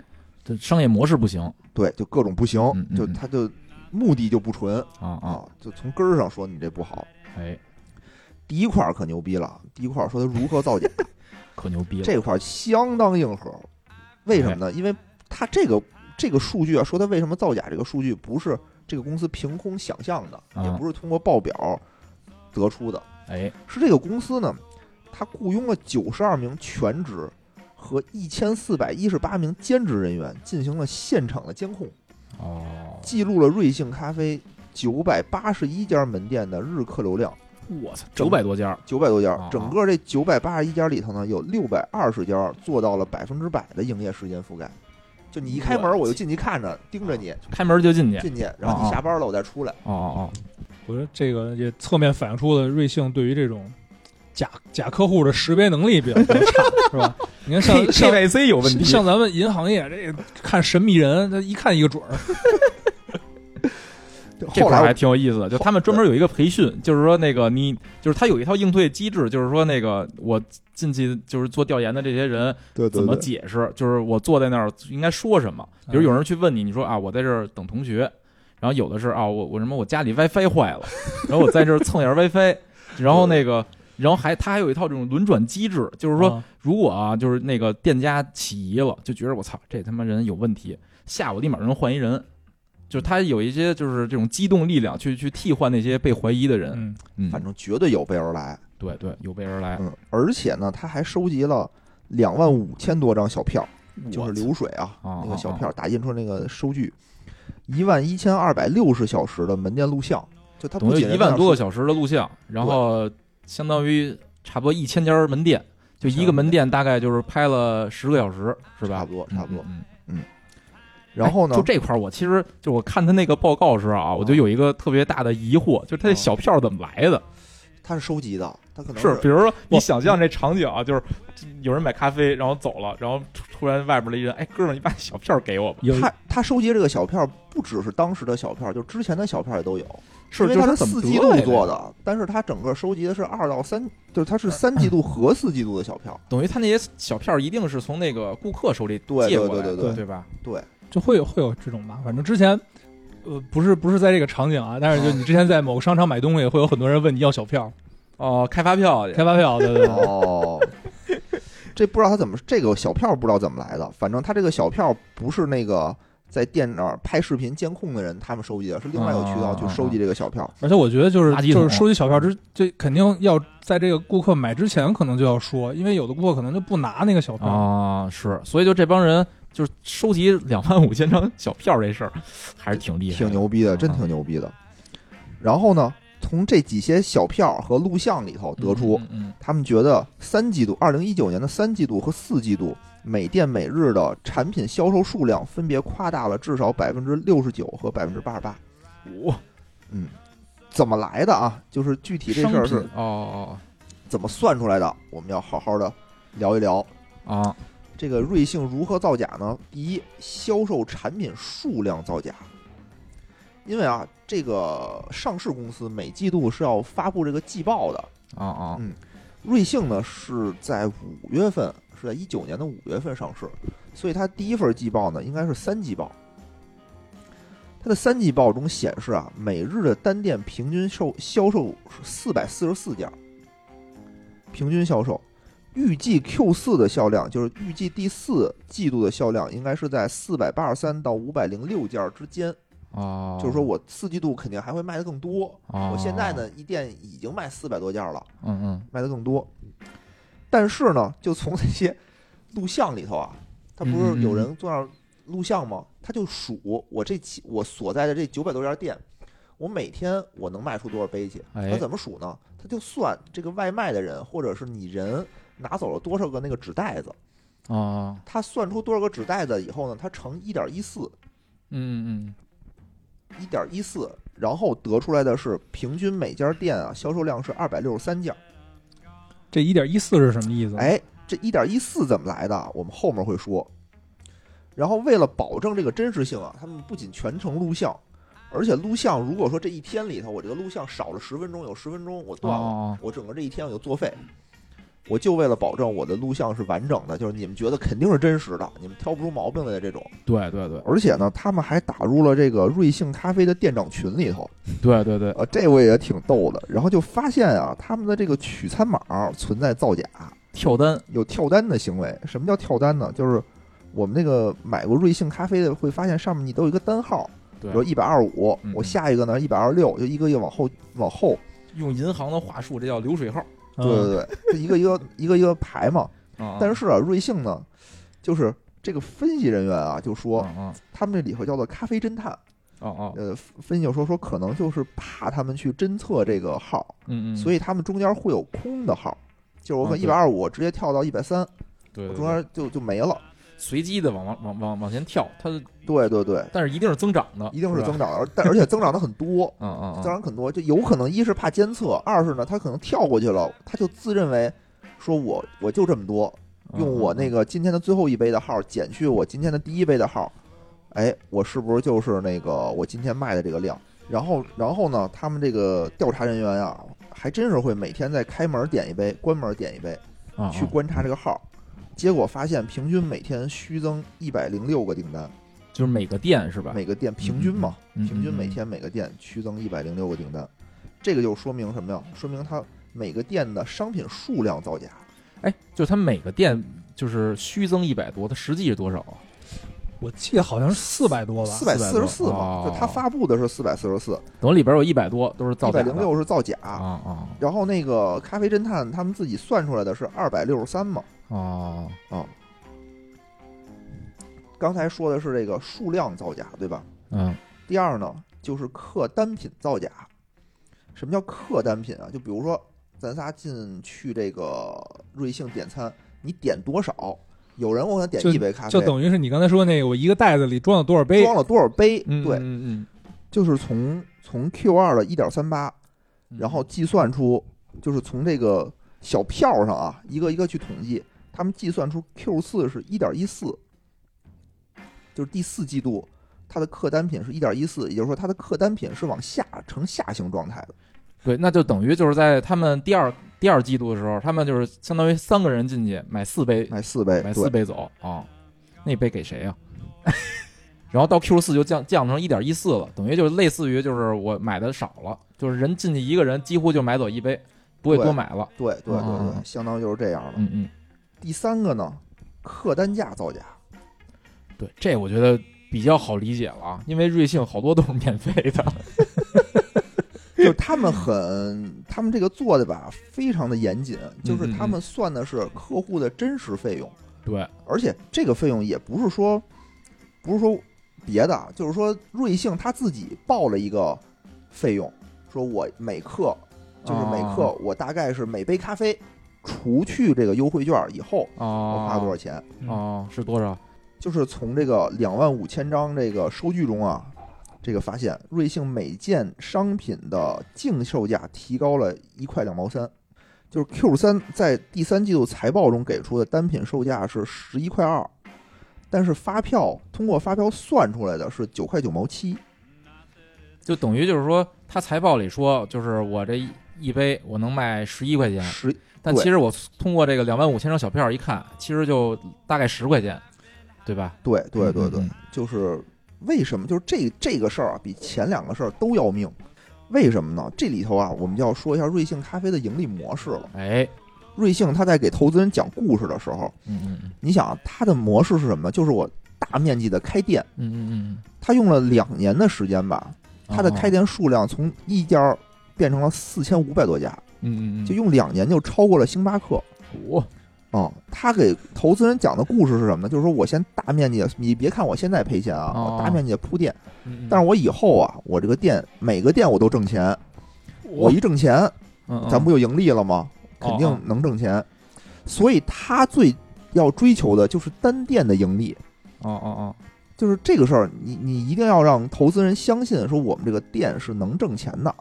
Speaker 2: 这商业模式不行
Speaker 1: 对，就各种不行
Speaker 2: 嗯，嗯
Speaker 1: 就
Speaker 2: 嗯
Speaker 1: 它就目的就不纯
Speaker 2: 啊啊，
Speaker 1: 啊，就从根儿上说你这不好。
Speaker 2: 哎，
Speaker 1: 第一块儿可牛逼了，第一块儿说它如何
Speaker 2: *laughs*
Speaker 1: 造假，
Speaker 2: 可牛逼了，
Speaker 1: 这块儿相当硬核。为什么呢？因为它这个这个数据啊，说它为什么造假，这个数据不是这个公司凭空想象的，
Speaker 2: 啊
Speaker 1: 也不是通过报表得出的，
Speaker 2: 哎，
Speaker 1: 是这个公司呢，它雇佣了九十二名全职和一千四百一十八名兼职人员进行了现场的监控，
Speaker 2: 哦，
Speaker 1: 记录了瑞幸咖啡九百八十一家门店的日客流量。
Speaker 2: 我操，九百多家儿，
Speaker 1: 九百多家
Speaker 2: 啊啊，
Speaker 1: 整个这九百八十一家里头呢，有六百二十家做到了百分之百的营业时间覆盖。就你一开门，
Speaker 2: 我哦
Speaker 1: 我就进去看着，盯着你
Speaker 2: 开门就进去，
Speaker 1: 进去，然后
Speaker 2: 啊啊
Speaker 1: 你下班了我再出来。
Speaker 2: 哦
Speaker 1: *laughs*
Speaker 2: 哦
Speaker 3: 我觉得这个也侧面反映出了瑞幸对于这种假假客户的识别能力比较比较差，是吧？你看
Speaker 2: 哦
Speaker 3: 像像
Speaker 2: C 有
Speaker 3: 像咱们银行业这看神秘人，他一看一个准儿。
Speaker 2: 这
Speaker 1: 后
Speaker 2: 块儿还
Speaker 1: 来
Speaker 2: 挺有意思的，就他们专门有一个培训，就是说那个你就是他有一套应对机制，就是说那个我进去就是做调研的这些人
Speaker 1: 对嗯
Speaker 2: 怎么解释，就是我坐在那儿应该说什么，比如有人去问你，你说啊我在这儿等同学，然后有的是啊我我什么我家里 WiFi 坏了，然后我在这儿蹭一下 WiFi，然后那个。然后还他还有一套这种轮转机制，就是
Speaker 1: 嗯
Speaker 2: 说
Speaker 3: 啊
Speaker 2: 如果啊，就是那个店家起疑了，就觉得我操，这他妈人有问题，下午立马就能换一人，就是他有一些就是这种机动力量去去替换那些被怀疑的人，
Speaker 3: 嗯，
Speaker 2: 嗯，
Speaker 1: 反正绝对有备而来。
Speaker 2: 对对，有备而来，
Speaker 1: 嗯，而且呢，他还收集了两万五千多张小票，就是
Speaker 2: 我
Speaker 1: 流水啊，
Speaker 2: 啊
Speaker 1: 那个小
Speaker 2: 啊啊
Speaker 1: 票打印出那个收据，一万一千二百六十小时的门店录像，就他不
Speaker 2: 等于
Speaker 1: 仅
Speaker 2: 一万多个
Speaker 1: 时，
Speaker 2: 小时的录像，然后相当于差不多一千家门店，就一个门店大概就是拍了十个小时，是吧？
Speaker 1: 差不多差不多
Speaker 2: 嗯。嗯嗯
Speaker 1: 然后
Speaker 2: 哎
Speaker 1: 呢
Speaker 2: 就，这块儿，我其实就我看他那个报告时候啊，我就有一个特别大的疑惑，就是他这小票怎么来的？
Speaker 1: 他是收集的，他可能
Speaker 2: 是，比如说你
Speaker 3: 我
Speaker 2: 想象这场景啊，就是有人买咖啡，然后走了，然后突突然外边的一人，哎，哥们儿，你把小票给我吧。
Speaker 3: 有
Speaker 1: 他他收集这个小票不只是当时的小票，就之前的小票也都有，
Speaker 2: 是，
Speaker 1: 因为
Speaker 2: 就
Speaker 1: 它
Speaker 2: 他
Speaker 1: 是
Speaker 2: 怎么
Speaker 1: 四季
Speaker 2: 得来
Speaker 1: 度
Speaker 2: 的
Speaker 1: 做的，但是它整个收集的是二到三，就是它是三季度和四季度的小票，
Speaker 2: 等于他那些小票一定是从那个顾客手里
Speaker 1: 对
Speaker 2: 借
Speaker 1: 对
Speaker 2: 过来
Speaker 1: 对
Speaker 2: 的，
Speaker 1: 对对
Speaker 2: 对吧？
Speaker 1: 对，
Speaker 3: 就会有会有这种吧。反正之前，呃，不是不是在这个场景啊，但是就你之前在某个商场买东西，会有很多人问你要小票、
Speaker 2: 哦，开发票去
Speaker 3: 开发票，对对对，
Speaker 1: 哦，
Speaker 2: *laughs*
Speaker 1: 这不知道他怎么，这个小票不知道怎么来的。反正他这个小票不是那个在电脑拍视频监控的人他们收集的，是另外有
Speaker 2: 啊
Speaker 1: 渠道去收集这个小票。
Speaker 3: 而且我觉得就是
Speaker 2: 垃圾桶
Speaker 3: 就是收集小票之，这肯定要在这个顾客买之前可能就要说，因为有的顾客可能就不拿那个小票。
Speaker 1: 嗯
Speaker 2: 啊，是，所以就这帮人就是收集两万五千张小票这事儿，还是啊挺厉害的，
Speaker 1: 挺牛逼的，
Speaker 2: 嗯
Speaker 1: 真挺牛逼的。然后呢，从这几些小票和录像里头得出，
Speaker 2: 嗯，嗯
Speaker 1: 他们觉得三季度，二零一九年的三季度和四季度每店每日的产品销售数量分别夸大了至少百分之六十九和百分之八十八。
Speaker 2: 嗯哇，
Speaker 1: 嗯，怎么来的啊？就是具体这事儿
Speaker 2: 商
Speaker 1: 是
Speaker 2: 品哦
Speaker 1: 怎么算出来的，我们要好好的聊一聊。
Speaker 2: 哦哦啊，
Speaker 1: 这个瑞幸如何造假呢？第一，销售产品数量造假，因为啊，这个上市公司每季度是要发布这个季报的。
Speaker 2: 啊
Speaker 1: 嗯
Speaker 2: 啊，
Speaker 1: 瑞幸呢是在五月份，是在一九年的五月份上市，所以它第一份季报呢应该是三季报。它的三季报中显示啊，每日的单店平均售销售是四百四十四件儿，平均销售，预计 Q 四的销量就是预计第四季度的销量应该是在四百八十三到五百零六件儿之间，
Speaker 2: 哦，
Speaker 1: 就是说我四季度肯定还会卖的更多。
Speaker 2: 哦，
Speaker 1: 我现在呢，一店已经卖四百多件儿了。
Speaker 2: 嗯，嗯
Speaker 1: 卖的更多。但是呢，就从那些录像里头啊，他不是有人坐那儿录像吗？他就数我这几我所在的这九百多家店，我每天我能卖出多少杯去？
Speaker 2: 哎
Speaker 1: 他怎么数呢？他就算这个外卖的人或者是你人拿走了多少个那个纸袋子，
Speaker 2: 嗯，哦，
Speaker 1: 他算出多少个纸袋子以后呢，他乘一点一四，
Speaker 2: 嗯嗯
Speaker 1: 一点一四，然后得出来的是平均每家店啊销售量是二百六十三件。
Speaker 3: 这一点一四是什么意思？，
Speaker 1: 哎，这一点一四怎么来的？我们后面会说。然后为了保证这个真实性啊，他们不仅全程录像，而且录像如果说这一天里头我这个录像少了十分钟，有十分钟我
Speaker 2: 嗯，
Speaker 1: 断了，
Speaker 2: 哦
Speaker 1: 我整个这一天我就作废。我就为了保证我的录像是完整的，就是你们觉得肯定是真实的，你们挑不出毛病来的这种。
Speaker 2: 对对对
Speaker 1: 而且呢，他们还打入了这个瑞幸咖啡的店长群里头，
Speaker 2: 对对对，
Speaker 1: 呃，这我也挺逗的。然后就发现啊，他们的这个取餐码存在造假，
Speaker 2: 跳单
Speaker 1: 有跳单的行为。什么叫跳单呢？就是我们那个买过瑞幸咖啡的，会发现上面你都有一个单号，比
Speaker 2: 对
Speaker 1: 如一百二五
Speaker 2: 嗯，
Speaker 1: 我下一个呢一百二六，就一个一个往后往后，
Speaker 2: 用银行的话术，这叫流水号
Speaker 3: 嗯
Speaker 1: 对对对，就一个一个一个一个排嘛。
Speaker 2: 啊，
Speaker 1: 但是啊，瑞幸呢，就是这个分析人员啊，就
Speaker 2: 我
Speaker 1: 说
Speaker 2: 啊
Speaker 1: 他们这里头叫做咖啡侦探，
Speaker 2: 啊啊，
Speaker 1: 呃，分析就说说可能就是怕他们去侦测这个号，
Speaker 2: 嗯嗯，
Speaker 1: 所
Speaker 2: 以
Speaker 1: 以他们中间会有空的号，就是我可能
Speaker 2: 啊
Speaker 1: 一
Speaker 2: 对
Speaker 1: 百二五直接跳到一百三，
Speaker 2: 对
Speaker 1: 我
Speaker 2: 对
Speaker 1: 中
Speaker 2: 对
Speaker 1: 间就就没了。
Speaker 2: 随机的往往往往往前跳，它
Speaker 1: 对对对，
Speaker 2: 但是一定是增长的，
Speaker 1: 一定是
Speaker 2: 啊是吧，
Speaker 1: 增长的，而但而且增长的很多
Speaker 2: *laughs* 嗯嗯嗯，
Speaker 1: 增长很多，就有可能一是怕监测，二是呢他可能跳过去了，他就自认为说我我就这么多，用我那
Speaker 2: 个
Speaker 1: 个今天的最后一杯的号减去我今天的第一杯的号，哎，我是不是就是那个我今天卖的这个量？然后然后呢，他们这个调查人员啊，还真是会每天在开门点一杯，关门点一杯，
Speaker 2: 嗯啊
Speaker 1: 去观察这个号。结果发现，平均每天虚增一百零六个订单，
Speaker 2: 就是每个店是吧？
Speaker 1: 每个店平均嘛，
Speaker 2: 啊嗯
Speaker 1: 平均每天每个店虚增一百零六个订单，这个就说明什么呀？说明它每个店的商品数量造假。
Speaker 2: 哎，就它每个店就是虚增一百多，它实际是多少啊？
Speaker 3: 我记得好像是四百多吧，
Speaker 1: 四百四十四嘛，
Speaker 2: 哦
Speaker 1: 就它发布的是四百四十四，
Speaker 2: 等里边有一百多都是造
Speaker 1: 一
Speaker 2: 假
Speaker 1: 百
Speaker 2: 的
Speaker 1: 零六是造
Speaker 2: 啊
Speaker 1: 假。
Speaker 2: 啊
Speaker 1: 然后那个咖啡侦探他们自己算出来的是二百六十三嘛。
Speaker 2: 啊！
Speaker 1: 刚才说的是这个数量造假，对吧？
Speaker 2: 嗯
Speaker 1: 第二呢，就是客单品造假。什么叫客单品啊？就比如说咱仨进去这个瑞幸点餐，你点多少？有人我可能点一杯咖啡，
Speaker 3: 就等于是你刚才说那个，我一个袋子里装了多少杯？
Speaker 1: 装了多少杯？
Speaker 2: 嗯
Speaker 1: 对，
Speaker 2: 嗯
Speaker 1: 就是从从 Q 二的一点三八，
Speaker 2: 嗯，
Speaker 1: 然后计算出，就是从这个小票上啊，一个一个去统计，他们计算出 Q 四是一点一四，就是第四季度它的客单品是一点一四，也就是说它的客单品是往下呈下行状态的。
Speaker 2: 对，那就等于就是在他们第二第二季度的时候，他们就是相当于三个人进去买四杯，
Speaker 1: 买四杯，
Speaker 2: 买
Speaker 1: 对
Speaker 2: 四杯走啊，那杯给谁呀、啊 *laughs* 然后到 Q 四就降降成一点一四了，等于就是类似于就是我买的少了，就是人进去一个人几乎就买走一杯，不会
Speaker 1: 对
Speaker 2: 多买了。
Speaker 1: 对对对对，
Speaker 2: 嗯
Speaker 1: 相当于就是这样了。
Speaker 2: 嗯嗯，
Speaker 1: 第三个呢，客单价造假，
Speaker 2: 对，这我觉得比较好理解了啊，因为瑞幸好多都是免费的。
Speaker 1: 就是他们很，他们这个做的吧，非常的严谨，就是
Speaker 2: 嗯嗯
Speaker 1: 他们算的是客户的真实费用。
Speaker 2: 对，
Speaker 1: 而且这个费用也不是说，不是说别的啊，就是说瑞幸他自己报了一个费用，说我每克就是每克
Speaker 2: 啊
Speaker 1: 我大概是每杯咖啡除去这个优惠券以后我
Speaker 2: 哦，
Speaker 1: 花多少钱，
Speaker 3: 嗯
Speaker 2: 哦，是多少？
Speaker 1: 就是从这个两万五千张这个收据中啊。这个发现，瑞幸每件商品的净售价提高了一块两毛三，就是 Q 三在第三季度财报中给出的单品售价是十一块二，但是发票通过发票算出来的是九块九毛七，
Speaker 2: 就等于就是说，他财报里说，就是我这一一杯我能卖十一块钱，
Speaker 1: 十
Speaker 2: 但
Speaker 1: 对
Speaker 2: 其实我通过这个两万五千张小票一看，其实就大概十块钱，对吧？
Speaker 1: 对对对对
Speaker 2: 嗯嗯嗯，
Speaker 1: 就是为什么就是这这个事儿啊比前两个事儿都要命，为什么呢？这里头啊我们就要说一下瑞幸咖啡的盈利模式了。
Speaker 2: 哎，
Speaker 1: 瑞幸他在给投资人讲故事的时候，
Speaker 2: 嗯嗯嗯
Speaker 1: 你想啊它的模式是什么？就是我大面积的开店，
Speaker 2: 嗯嗯嗯，哦
Speaker 1: 他用了两年的时间吧，它的开
Speaker 2: 店，
Speaker 1: 店数量从一家儿变成了四千五百多家，
Speaker 2: 嗯嗯嗯，
Speaker 1: 就用两年就超过了星巴克。
Speaker 2: 我
Speaker 1: 啊、他给投资人讲的故事是什么呢？就是说我先大面积的，你别看我现在赔钱啊，
Speaker 2: 哦
Speaker 1: 我大面积的铺店，
Speaker 2: 嗯嗯
Speaker 1: 但是我以后啊，我这个店每个店我都挣钱，我一挣钱，
Speaker 2: 嗯嗯
Speaker 1: 咱不就盈利了吗？
Speaker 2: 哦
Speaker 1: 肯定能挣钱，所以他最要追求的就是单店的盈利，
Speaker 2: 哦哦
Speaker 1: 就是这个事儿，你你一定要让投资人相信，说我们这个店是能挣钱的，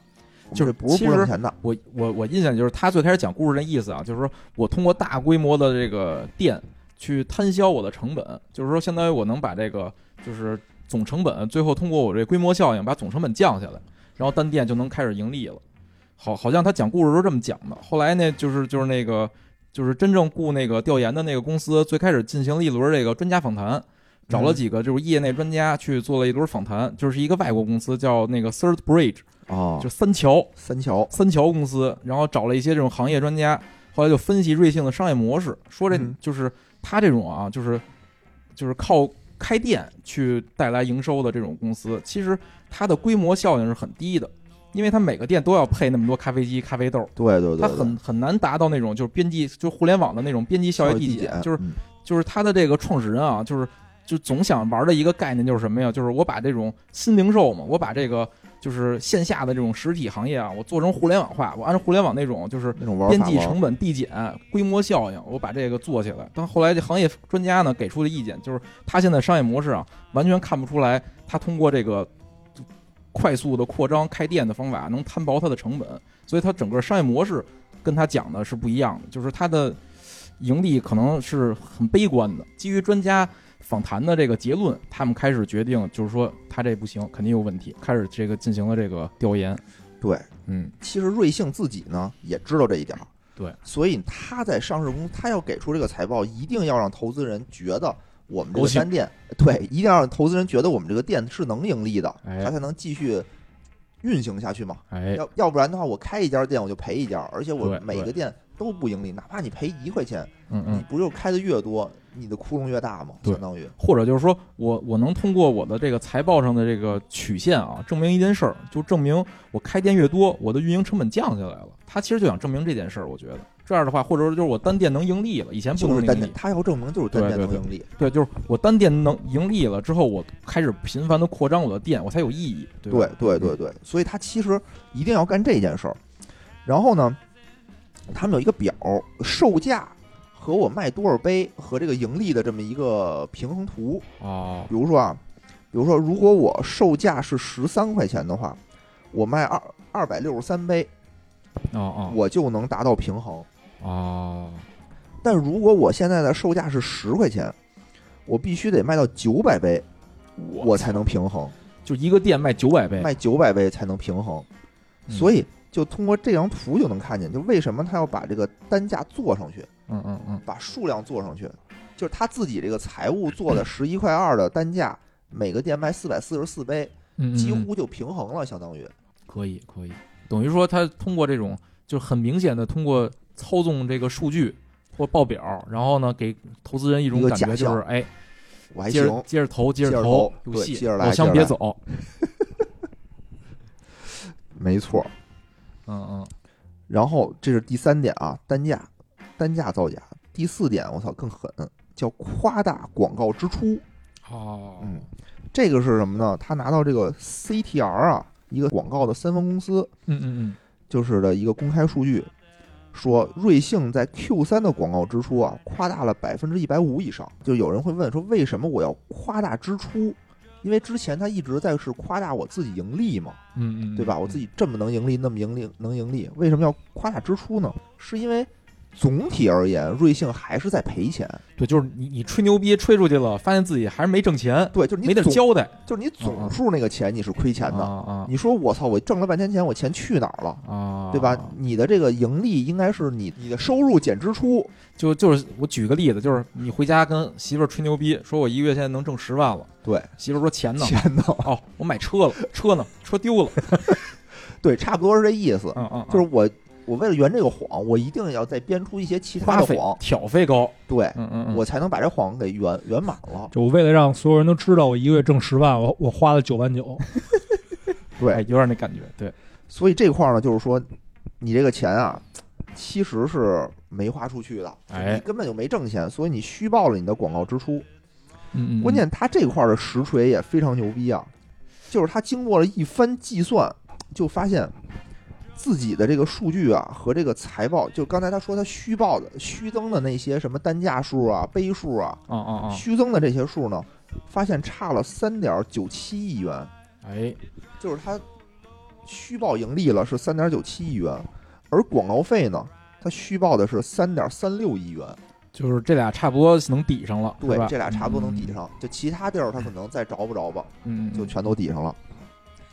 Speaker 1: 我们
Speaker 2: 就是
Speaker 1: 这不是
Speaker 2: 其
Speaker 1: 不
Speaker 2: 实
Speaker 1: 挣钱的
Speaker 2: 哦，，我我我印象就是他最开始讲故事的意思啊，就是说我通过大规模的这个店去摊销我的成本，就是说相当于我能把这个就是总成本最后通过我这规模效应把总成本降下来，然后单店就能开始盈利了。好，好像他讲故事都这么讲的。后来呢，就是就是那个就是真正雇那个调研的那个公司，最开始进行了一轮这个专家访谈，找了几个就是业内专家去做了一轮访谈，就是一个外国公司叫那个 Third Bridge，
Speaker 1: 啊
Speaker 2: 就三桥
Speaker 1: 三桥
Speaker 2: 三桥公司，然后找了一些这种行业专家，后来就分析瑞幸的商业模式，说这
Speaker 1: 嗯
Speaker 2: 就是他这种啊，就是就是靠开店去带来营收的这种公司，其实它的规模效应是很低的，因为它每个店都要配那么多咖啡机、咖啡豆，
Speaker 1: 对对对，
Speaker 2: 它
Speaker 1: 对
Speaker 2: 很很难达到那种就是边际就是互联网的那种边际效
Speaker 1: 效
Speaker 2: 益
Speaker 1: 益
Speaker 2: 递
Speaker 1: 递
Speaker 2: 减，就是
Speaker 1: 嗯
Speaker 2: 就是他的这个创始人啊，就是就总想玩的一个概念就是什么呀？就是我把这种新零售嘛，我把这个就是线下的这种实体行业啊，我做成互联网化，我按照互联网那种就是
Speaker 1: 那种玩
Speaker 2: 边
Speaker 1: 法
Speaker 2: 际
Speaker 1: 玩
Speaker 2: 成本递减、规模效应，我把这个做起来。但后来这行业专家呢给出的意见就是，他现在商业模式啊，完全看不出来他通过这个就快速的扩张开店的方法能摊薄它的成本，所以它整个商业模式跟他讲的是不一样的，就是它的盈利可能是很悲观的。基于专家访谈的这个结论，他们开始决定就是说他这不行，肯定有问题，开始这个进行了这个调研。
Speaker 1: 对。
Speaker 2: 嗯，
Speaker 1: 其实瑞幸自己呢也知道这一点儿，
Speaker 2: 对，
Speaker 1: 所以他在上市公司，他要给出这个财报，一定要让投资人觉得我们这
Speaker 2: 高
Speaker 1: 个
Speaker 2: 兴
Speaker 1: 单店，对，一定要让投资人觉得我们这个店是能盈利的，
Speaker 2: 哎
Speaker 1: 他才能继续运行下去嘛。
Speaker 2: 哎，
Speaker 1: 要要不然的话，我开一家店我就赔一家，而且我
Speaker 2: 对
Speaker 1: 每
Speaker 2: 对
Speaker 1: 个店都不盈利，哪怕你赔一块钱，
Speaker 2: 嗯
Speaker 1: 你
Speaker 2: 嗯。
Speaker 1: 不就开的越多，你的窟窿越大嘛，
Speaker 2: 对
Speaker 1: 相当于
Speaker 2: 或者就是说我我能通过我的这个财报上的这个曲线啊，证明一件事儿，就证明我开店越多，我的运营成本降下来了。他其实就想证明这件事儿，我觉得这样的话，或者说就是我单店能盈利了，以前不
Speaker 1: 就是
Speaker 2: 能
Speaker 1: 单
Speaker 2: 盈
Speaker 1: 点，
Speaker 2: 利，
Speaker 1: 他要证明就是单
Speaker 2: 对
Speaker 1: 点
Speaker 2: 对
Speaker 1: 能
Speaker 2: 对
Speaker 1: 盈利，
Speaker 2: 对，就是我单店能盈利了之后，我开始频繁的扩张我的店，我才有意义，对吧嗯
Speaker 1: 对对对对，所以他其实一定要干这件事儿。然后呢，他们有一个表，售价和我卖多少杯和这个盈利的这么一个平衡图。
Speaker 2: 哦，
Speaker 1: 比如说啊，比如说如果我售价是十三块钱的话，我卖二二百六十三杯，
Speaker 2: 哦
Speaker 1: 我就能达到平衡。
Speaker 2: 哦哦，
Speaker 1: 但如果我现在的售价是十块钱，我必须得卖到九百杯，我才能平衡，
Speaker 2: 就一个店卖九百杯，
Speaker 1: 卖九百杯才能平衡。
Speaker 2: 嗯
Speaker 1: 所以就通过这张图就能看见，就为什么他要把这个单价做上去，
Speaker 2: 嗯嗯嗯，
Speaker 1: 把数量做上去，就是他自己这个财务做
Speaker 2: 嗯
Speaker 1: 的十一块二的单价，每个店卖四百四十四杯，
Speaker 2: 嗯嗯
Speaker 1: 几
Speaker 2: 嗯
Speaker 1: 乎就平衡了，相当于。
Speaker 2: 可以可以，等于说他通过这种就是很明显的通过操纵这个数据或报表，然后呢给投资人一种
Speaker 1: 一个
Speaker 2: 感觉
Speaker 1: 假
Speaker 2: 就
Speaker 1: 象
Speaker 2: 是哎，
Speaker 1: 我还
Speaker 2: 接
Speaker 1: 行，
Speaker 2: 着接着投接
Speaker 1: 着
Speaker 2: 投
Speaker 1: 投，
Speaker 2: 有
Speaker 1: 对
Speaker 2: 戏，
Speaker 1: 接着来
Speaker 2: 老乡
Speaker 1: 接着
Speaker 2: 别
Speaker 1: 来
Speaker 2: 走，
Speaker 1: 没错。
Speaker 2: 嗯嗯，
Speaker 1: 然后这是第三点啊，单价，单价造假。第四点，我操，更狠，叫夸大广告支出。
Speaker 2: 哦，
Speaker 1: 嗯，这个是什么呢？他拿到这个 CTR 啊，一个广告的三方公司，
Speaker 2: 嗯嗯
Speaker 1: 就是的一个公开数据，说瑞幸在 Q 三的广告支出啊，夸大了百分之一百五以上。就有人会问说，为什么我要夸大支出？因为之前他一直在是夸大我自己盈利嘛，
Speaker 2: 嗯嗯嗯，
Speaker 1: 对吧？我自
Speaker 2: 己
Speaker 1: 己这么能盈利，那么盈利能盈利，为什么要夸大支出呢？是因为总体而言，瑞幸还是在赔钱。
Speaker 2: 对，就是你你吹牛逼吹出去了，发现自己还是没挣钱，
Speaker 1: 对，就是
Speaker 2: 没
Speaker 1: 你
Speaker 2: 地儿
Speaker 1: 总
Speaker 2: 交代，
Speaker 1: 就是你
Speaker 2: 嗯嗯
Speaker 1: 总数那个钱你是亏钱的。
Speaker 2: 啊
Speaker 1: 你说我操，我挣了半天钱，我钱去哪儿了？
Speaker 2: 啊啊，
Speaker 1: 对吧？你的这个盈利应该是你你的收入减支出，
Speaker 2: 就就是我举个例子，就是你回家跟媳妇儿吹牛逼，说我一个月现在能挣十万了，
Speaker 1: 对，
Speaker 2: 媳妇儿说
Speaker 1: *laughs*
Speaker 2: 钱呢？
Speaker 1: 钱呢？
Speaker 2: 哦，我买车了，车呢？车丢了，
Speaker 1: 对，差不多是这意思。
Speaker 2: 嗯嗯，嗯
Speaker 1: 就是我我为了圆这个谎，我一定要再编出一些其他
Speaker 2: 花
Speaker 1: 的
Speaker 2: 费
Speaker 1: 谎，
Speaker 2: 挑费高，
Speaker 1: 对
Speaker 2: 嗯嗯嗯，
Speaker 1: 我才能把这谎给圆圆满了。
Speaker 3: 就我为了让所有人都知道我一个月挣十万，我我花了九万九，
Speaker 2: 哎
Speaker 1: 对，
Speaker 2: 有点那感觉，对，
Speaker 1: 所以这块儿呢，就是说你这个钱啊，其实是没花出去的，
Speaker 2: 哎
Speaker 1: 你根本就没挣钱，所以你虚报了你的广告支出。
Speaker 2: 嗯嗯，
Speaker 1: 关键他这块儿的实锤也非常牛逼啊，就是他经过了一番计算，就发现自己的这个数据啊和这个财报，就刚才他说他虚报的、虚增的那些什么单价数啊、杯数啊、
Speaker 2: 嗯，啊啊啊，
Speaker 1: 虚增的这些数呢，发现差了三点九七亿元，
Speaker 2: 哎，
Speaker 1: 就是他虚报盈利了是三点九七亿元，而广告费呢，他虚报的是三点三六亿元。
Speaker 2: 就是这俩差不多能抵上了，
Speaker 1: 对
Speaker 2: 是吧，嗯
Speaker 1: 这俩差不多能抵上，就其他地儿他可能再着不着吧。
Speaker 2: 嗯，嗯，嗯
Speaker 1: 就，全都抵上了。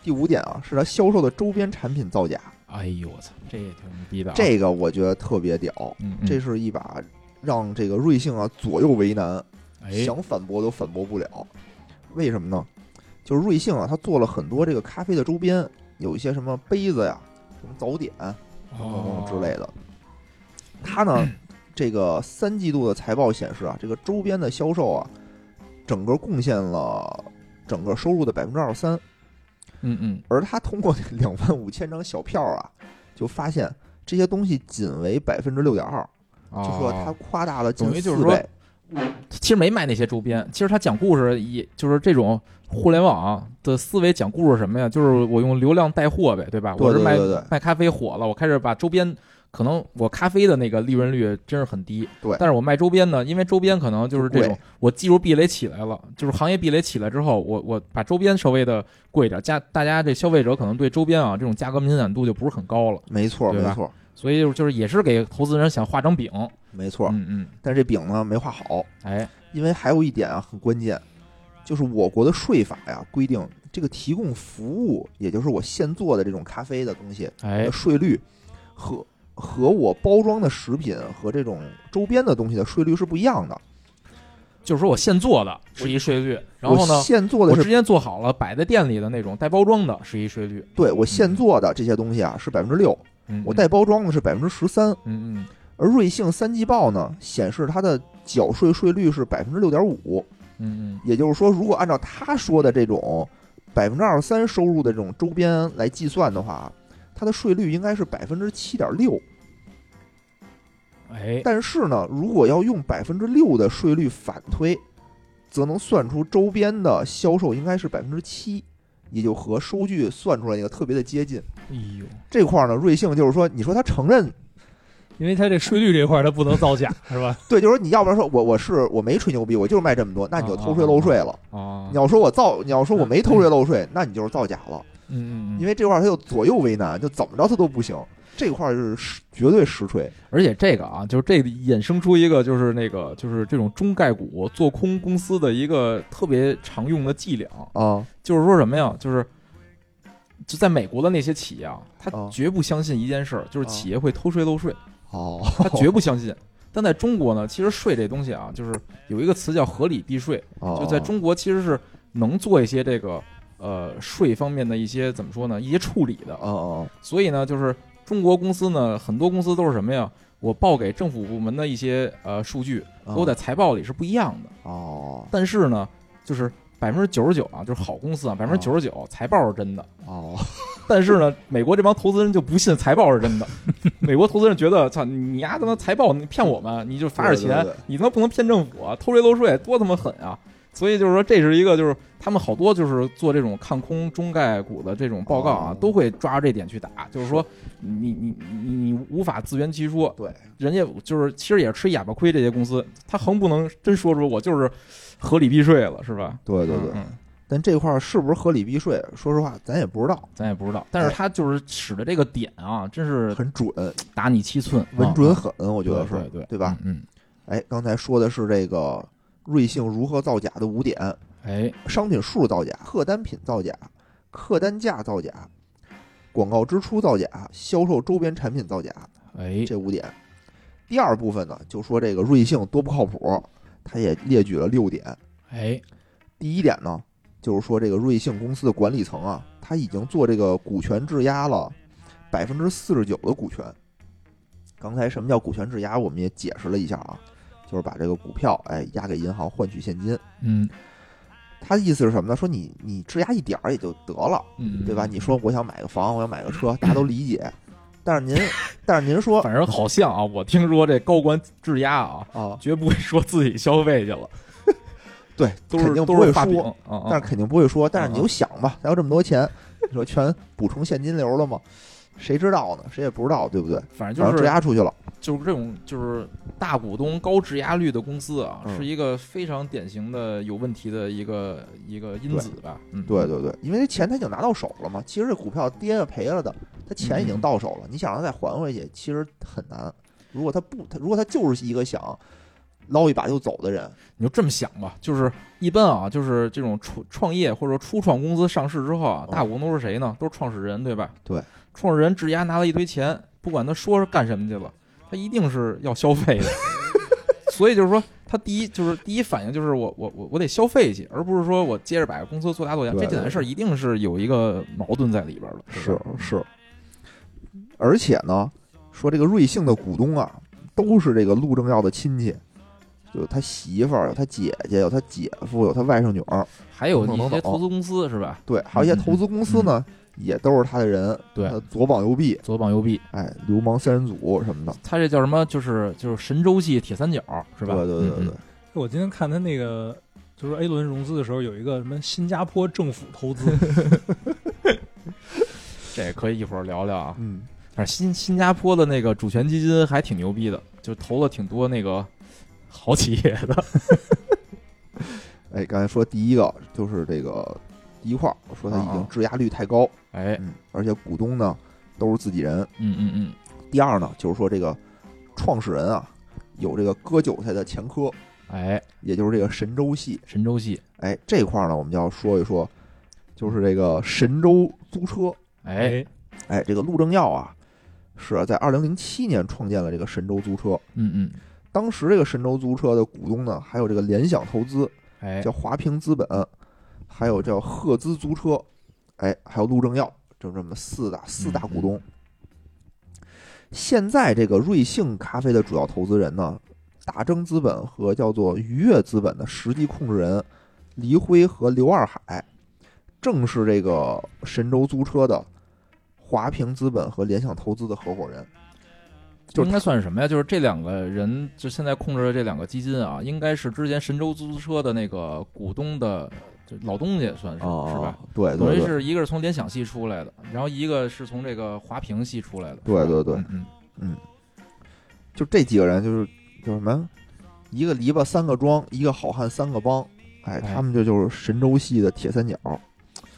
Speaker 1: 第五点啊，是他销售的周边产品造假，
Speaker 2: 哎呦我操，这也挺牛逼的啊，
Speaker 1: 这个我觉得特别屌，
Speaker 2: 嗯，
Speaker 1: 这
Speaker 2: 是
Speaker 1: 是一把让这个瑞幸啊左右为难，
Speaker 2: 哎，
Speaker 1: 想反驳都反驳不了。为什么呢？就是瑞幸啊，他做了很多这个咖啡的周边，有一些什么杯子呀、什么早点等等等
Speaker 2: 哦
Speaker 1: 等之类，的。他
Speaker 2: *clears throat*
Speaker 1: 呢，这个三季度的财报显示啊，这个周边的销售啊，整个贡献了整个收入的百分之二十三。
Speaker 2: 嗯嗯，
Speaker 1: 而他通过 *laughs* 这两万五千张小票啊，就发现这些东西仅为百分之六点二，
Speaker 2: 就
Speaker 1: 就说他夸大了近
Speaker 2: 哦等于就是
Speaker 1: 四
Speaker 2: 说
Speaker 1: 倍。
Speaker 2: 其实没卖那些周边，其实他讲故事也就是这种互联网啊的思维讲故事什么呀？就是我用流量带货呗，对吧？
Speaker 1: 对
Speaker 2: 我是
Speaker 1: 对
Speaker 2: 卖
Speaker 1: 对对
Speaker 2: 卖咖啡火了，我开始把周边，可能我咖啡的那个利润率真是很低，
Speaker 1: 对
Speaker 2: 但是我卖周边呢，因为周边可能就是这种
Speaker 1: 贵
Speaker 2: 我技术壁垒起来了，就是行业壁垒起来之后，我我把周边稍微的贵一点，价大家这消费者可能对周边啊这种价格敏感度就不是很高了，
Speaker 1: 没错，
Speaker 2: 对
Speaker 1: 没
Speaker 2: 吧
Speaker 1: 错，
Speaker 2: 所以就是也是给投资人想画张饼，
Speaker 1: 没错。
Speaker 2: 嗯嗯，
Speaker 1: 但是这饼呢没画好，
Speaker 2: 哎，
Speaker 1: 因为还有一点啊很关键，就是我国的税法呀规定，这个提供服务，也就是我现做的这种咖啡的东西
Speaker 2: 哎
Speaker 1: 的，税率和。和我包装的食品和这种周边的东西的税率是不一样的。
Speaker 2: 就是说我现做的是一税率，然后
Speaker 1: 我
Speaker 2: 呢，
Speaker 1: 现做
Speaker 2: 我
Speaker 1: 的是
Speaker 2: 之前做好了摆在店里的那种带包装的是一税率，
Speaker 1: 对我现
Speaker 2: 嗯
Speaker 1: 做的这些东西啊是百分之六，
Speaker 2: 嗯，
Speaker 1: 我带包装的是百分之十三，
Speaker 2: 嗯嗯
Speaker 1: 而瑞幸三季报呢显示它的缴税税率是百分之六点五，
Speaker 2: 嗯
Speaker 1: 也就是说，如果按照他说的这种百分之二十三收入的这种周边来计算的话，它的税率应该是百分之七点六。
Speaker 2: 嗯，哎，
Speaker 1: 但是呢，如果要用百分之六的税率反推，则能算出周边的销售应该是百分之七，也就和收据算出来那个特别的接近。
Speaker 3: 哎呦，
Speaker 1: 这块儿呢，瑞幸就是说，你说他承认
Speaker 3: 因为它这税率这块儿它不能造假，是吧？ *laughs*
Speaker 1: 对，就是说你要不然说我我是我没吹牛逼，我就是卖这么多，那你就偷税漏税了。
Speaker 2: 哦
Speaker 1: 你，要说我造，你要说我没偷税漏税，那你就是造假了。
Speaker 2: 嗯嗯嗯嗯，
Speaker 1: 因
Speaker 2: 为
Speaker 1: 为这块儿他就左右为难，就怎么着他都不行。这块儿是实绝对实锤，
Speaker 2: 而且这个啊，就是这衍生出一个就是那个就是这种中概股做空公司的一个特别常用的伎俩，
Speaker 1: 啊
Speaker 2: 就是说什么呀？就是就在美国的那些企业啊，他
Speaker 1: 哦
Speaker 2: 绝不相信一件事儿，就是
Speaker 1: 哦
Speaker 2: 企业会偷税漏税，
Speaker 1: 哦，
Speaker 2: 他绝不相信。但在中国呢，其实税这东西啊，就是有一个词叫合理避税，
Speaker 1: 哦
Speaker 2: 就在中国其实是能做一些这个呃税方面的一些怎么说呢，一些处理的。
Speaker 1: 哦哦
Speaker 2: 所以呢，就是中国公司呢，很多公司都是什么呀？我报给政府部门的一些呃数据，
Speaker 1: 哦，
Speaker 2: 和我在财报里是不一样的。
Speaker 1: 哦
Speaker 2: 但是呢，就是百分之九十九啊，就是好公司啊，百分之九十九财报是真的。
Speaker 1: 哦
Speaker 2: *laughs* 但是呢，美国这帮投资人就不信财报是真的。美国投资人觉得，操你丫他妈财报你骗我们，你就罚点钱，
Speaker 1: 对对对
Speaker 2: 你他妈不能骗政府啊，偷税漏税多他妈狠啊！所以就是说，这是一个就是他们好多就是做这种看空中概股的这种报告啊，
Speaker 1: 哦
Speaker 2: 都会抓这点去打，就是说你你你你无法自圆其说，
Speaker 1: 对，
Speaker 2: 人家就是其实也是吃哑巴亏，这些公司他横不能真说出我就是合理避税了，是吧？
Speaker 1: 对对对。
Speaker 2: 嗯嗯
Speaker 1: 但这块儿是不是合理避税？说实话，咱也不知道，
Speaker 2: 咱也不知道，
Speaker 1: 哎
Speaker 2: 但是他就是使的这个点啊，真是
Speaker 1: 很准，
Speaker 2: 打你七寸，
Speaker 1: 稳
Speaker 2: 啊
Speaker 1: 准
Speaker 2: 啊
Speaker 1: 狠，我觉得是
Speaker 2: 对对对
Speaker 1: 对吧？？
Speaker 2: 嗯，
Speaker 1: 哎，刚才说的是这个瑞幸如何造假的五点：
Speaker 2: 嗯哎，
Speaker 1: 商品数造假、客单品造假、客单价造假、广告支出造假、销售周边产品造假，
Speaker 2: 哎，
Speaker 1: 这五点。第二部分呢，就说这个瑞幸多不靠谱，他也列举了六点。
Speaker 2: 哎，
Speaker 1: 第一点呢，就是说这个瑞幸公司的管理层啊，他已经做这个股权质押了百分之四十九的股权。刚才什么叫股权质押，我们也解释了一下啊，就是把这个股票哎押给银行换取现金。
Speaker 2: 嗯
Speaker 1: 他的意思是什么呢？说你你质押一点儿也就得了，
Speaker 2: 嗯，
Speaker 1: 对吧？你说我想买个房，我想买个车，大家都理解。但是
Speaker 2: *laughs*
Speaker 1: 您，但是您说
Speaker 2: *laughs* 反正好像啊，我听说这高官质押啊，
Speaker 1: 啊，
Speaker 2: 绝不会说自己消费去了，
Speaker 1: 对，
Speaker 2: 都
Speaker 1: 肯
Speaker 2: 是
Speaker 1: 定不
Speaker 2: 都
Speaker 1: 会
Speaker 2: 是画饼
Speaker 1: 说，
Speaker 2: 啊，啊
Speaker 1: 但是肯定不会说。但是
Speaker 2: 嗯
Speaker 1: 你就想吧，咱有这么多钱，你说全补充现金流了吗？谁知道呢？谁也不知道，对不对？
Speaker 2: 反
Speaker 1: 然
Speaker 2: 正
Speaker 1: 后
Speaker 2: 就
Speaker 1: 质
Speaker 2: 是
Speaker 1: 押出去了，
Speaker 2: 就是这种就是大股东高质押率的公司啊，
Speaker 1: 嗯
Speaker 2: 是一个非常典型的有问题的一个一个因子吧？嗯，
Speaker 1: 对对对，因为这钱他已经拿到手了嘛。其实这股票跌了赔了的，他钱
Speaker 2: 嗯
Speaker 1: 已经到手了，你想让他再还回去，其实很难。如果他不，他如果他就是一个想捞一把就走的人，
Speaker 2: 你就这么想吧，就是一般啊，就是这种创创业或者说初创公司上市之后啊
Speaker 1: 嗯，
Speaker 2: 大股东都是谁呢？都是创始人，对吧？
Speaker 1: 对，
Speaker 2: 创始人质押拿了一堆钱，不管他说是干什么去了，他一定是要消费的。 *laughs* 所以就是说，他第一就是第一反应就是我我我我得消费去，而不是说我接着把公司做大做强。
Speaker 1: 对
Speaker 2: 这几件事儿一定是有一个矛盾在里边的。对吧，
Speaker 1: 是。而且呢，说这个瑞幸的股东啊，都是这个陆正耀的亲戚，就他媳妇儿、有他姐姐、有他姐夫、有他外甥女儿，
Speaker 2: 嗯还有
Speaker 1: 等
Speaker 2: 一
Speaker 1: 等
Speaker 2: 些
Speaker 1: 等
Speaker 2: 投资公司是吧？
Speaker 1: 对，还有一些投资公司呢，也都是他的人，
Speaker 2: 嗯对
Speaker 1: 他左膀右臂，
Speaker 2: 左膀右臂，
Speaker 1: 哎，流氓三人组什么的，
Speaker 2: 他这叫什么？就是就是神州系铁三角是吧？
Speaker 1: 对对对
Speaker 2: 嗯
Speaker 1: 对
Speaker 2: 嗯
Speaker 1: 对，
Speaker 3: 我今天看他那个，就是 A 轮融资的时候，有一个什么新加坡政府投资，
Speaker 2: 这可以一会儿聊聊啊。
Speaker 1: 嗯，
Speaker 2: 反正新新加坡的那个主权基金还挺牛逼的，就投了挺多那个好企业的。
Speaker 1: 哎，刚才说第一个就是这个第一块儿，说他已
Speaker 2: 啊啊
Speaker 1: 经质押率太高，
Speaker 2: 哎，
Speaker 1: 嗯，而且股东呢都是自己人。
Speaker 2: 嗯嗯嗯，
Speaker 1: 第二呢，就是说这个创始人啊有这个割韭菜的前科，
Speaker 2: 哎，
Speaker 1: 也就是这个神州系。
Speaker 2: 神州系，
Speaker 1: 哎，这块儿呢，我们就要说一说，就是这个神州租车。
Speaker 2: 哎，，
Speaker 1: 哎，这个陆正耀啊，是在二零零七年创建了这个神州租车。
Speaker 2: 嗯嗯，
Speaker 1: 当时这个神州租车的股东呢，还有这个联想投资，
Speaker 2: 哎，
Speaker 1: 叫华平资本，还有叫赫兹租车，哎，还有陆正耀，就这么四大四大股东。现在这个瑞幸咖啡的主要投资人呢，大征资本和叫做愉悦资本的实际控制人黎辉和刘二海，正是这个神州租车的华平资本和联想投资的合伙人。就是
Speaker 2: 应该算是什么呀？就是这两个人，就现在控制的这两个基金啊，应该是之前神州租车的那个股东的就老东家，算是、
Speaker 1: 啊，
Speaker 2: 是吧？？
Speaker 1: 对
Speaker 2: 等
Speaker 1: 对
Speaker 2: 于
Speaker 1: 对，
Speaker 2: 是一个是从联想系出来的，然后一个是从这个华平系出来的。
Speaker 1: 对
Speaker 2: 是吧
Speaker 1: 对对
Speaker 2: 嗯嗯，
Speaker 1: 就这几个人就是叫什么？一个篱笆三个庄，一个好汉三个帮。哎，
Speaker 2: 哎
Speaker 1: 他们这就是神州系的铁三角。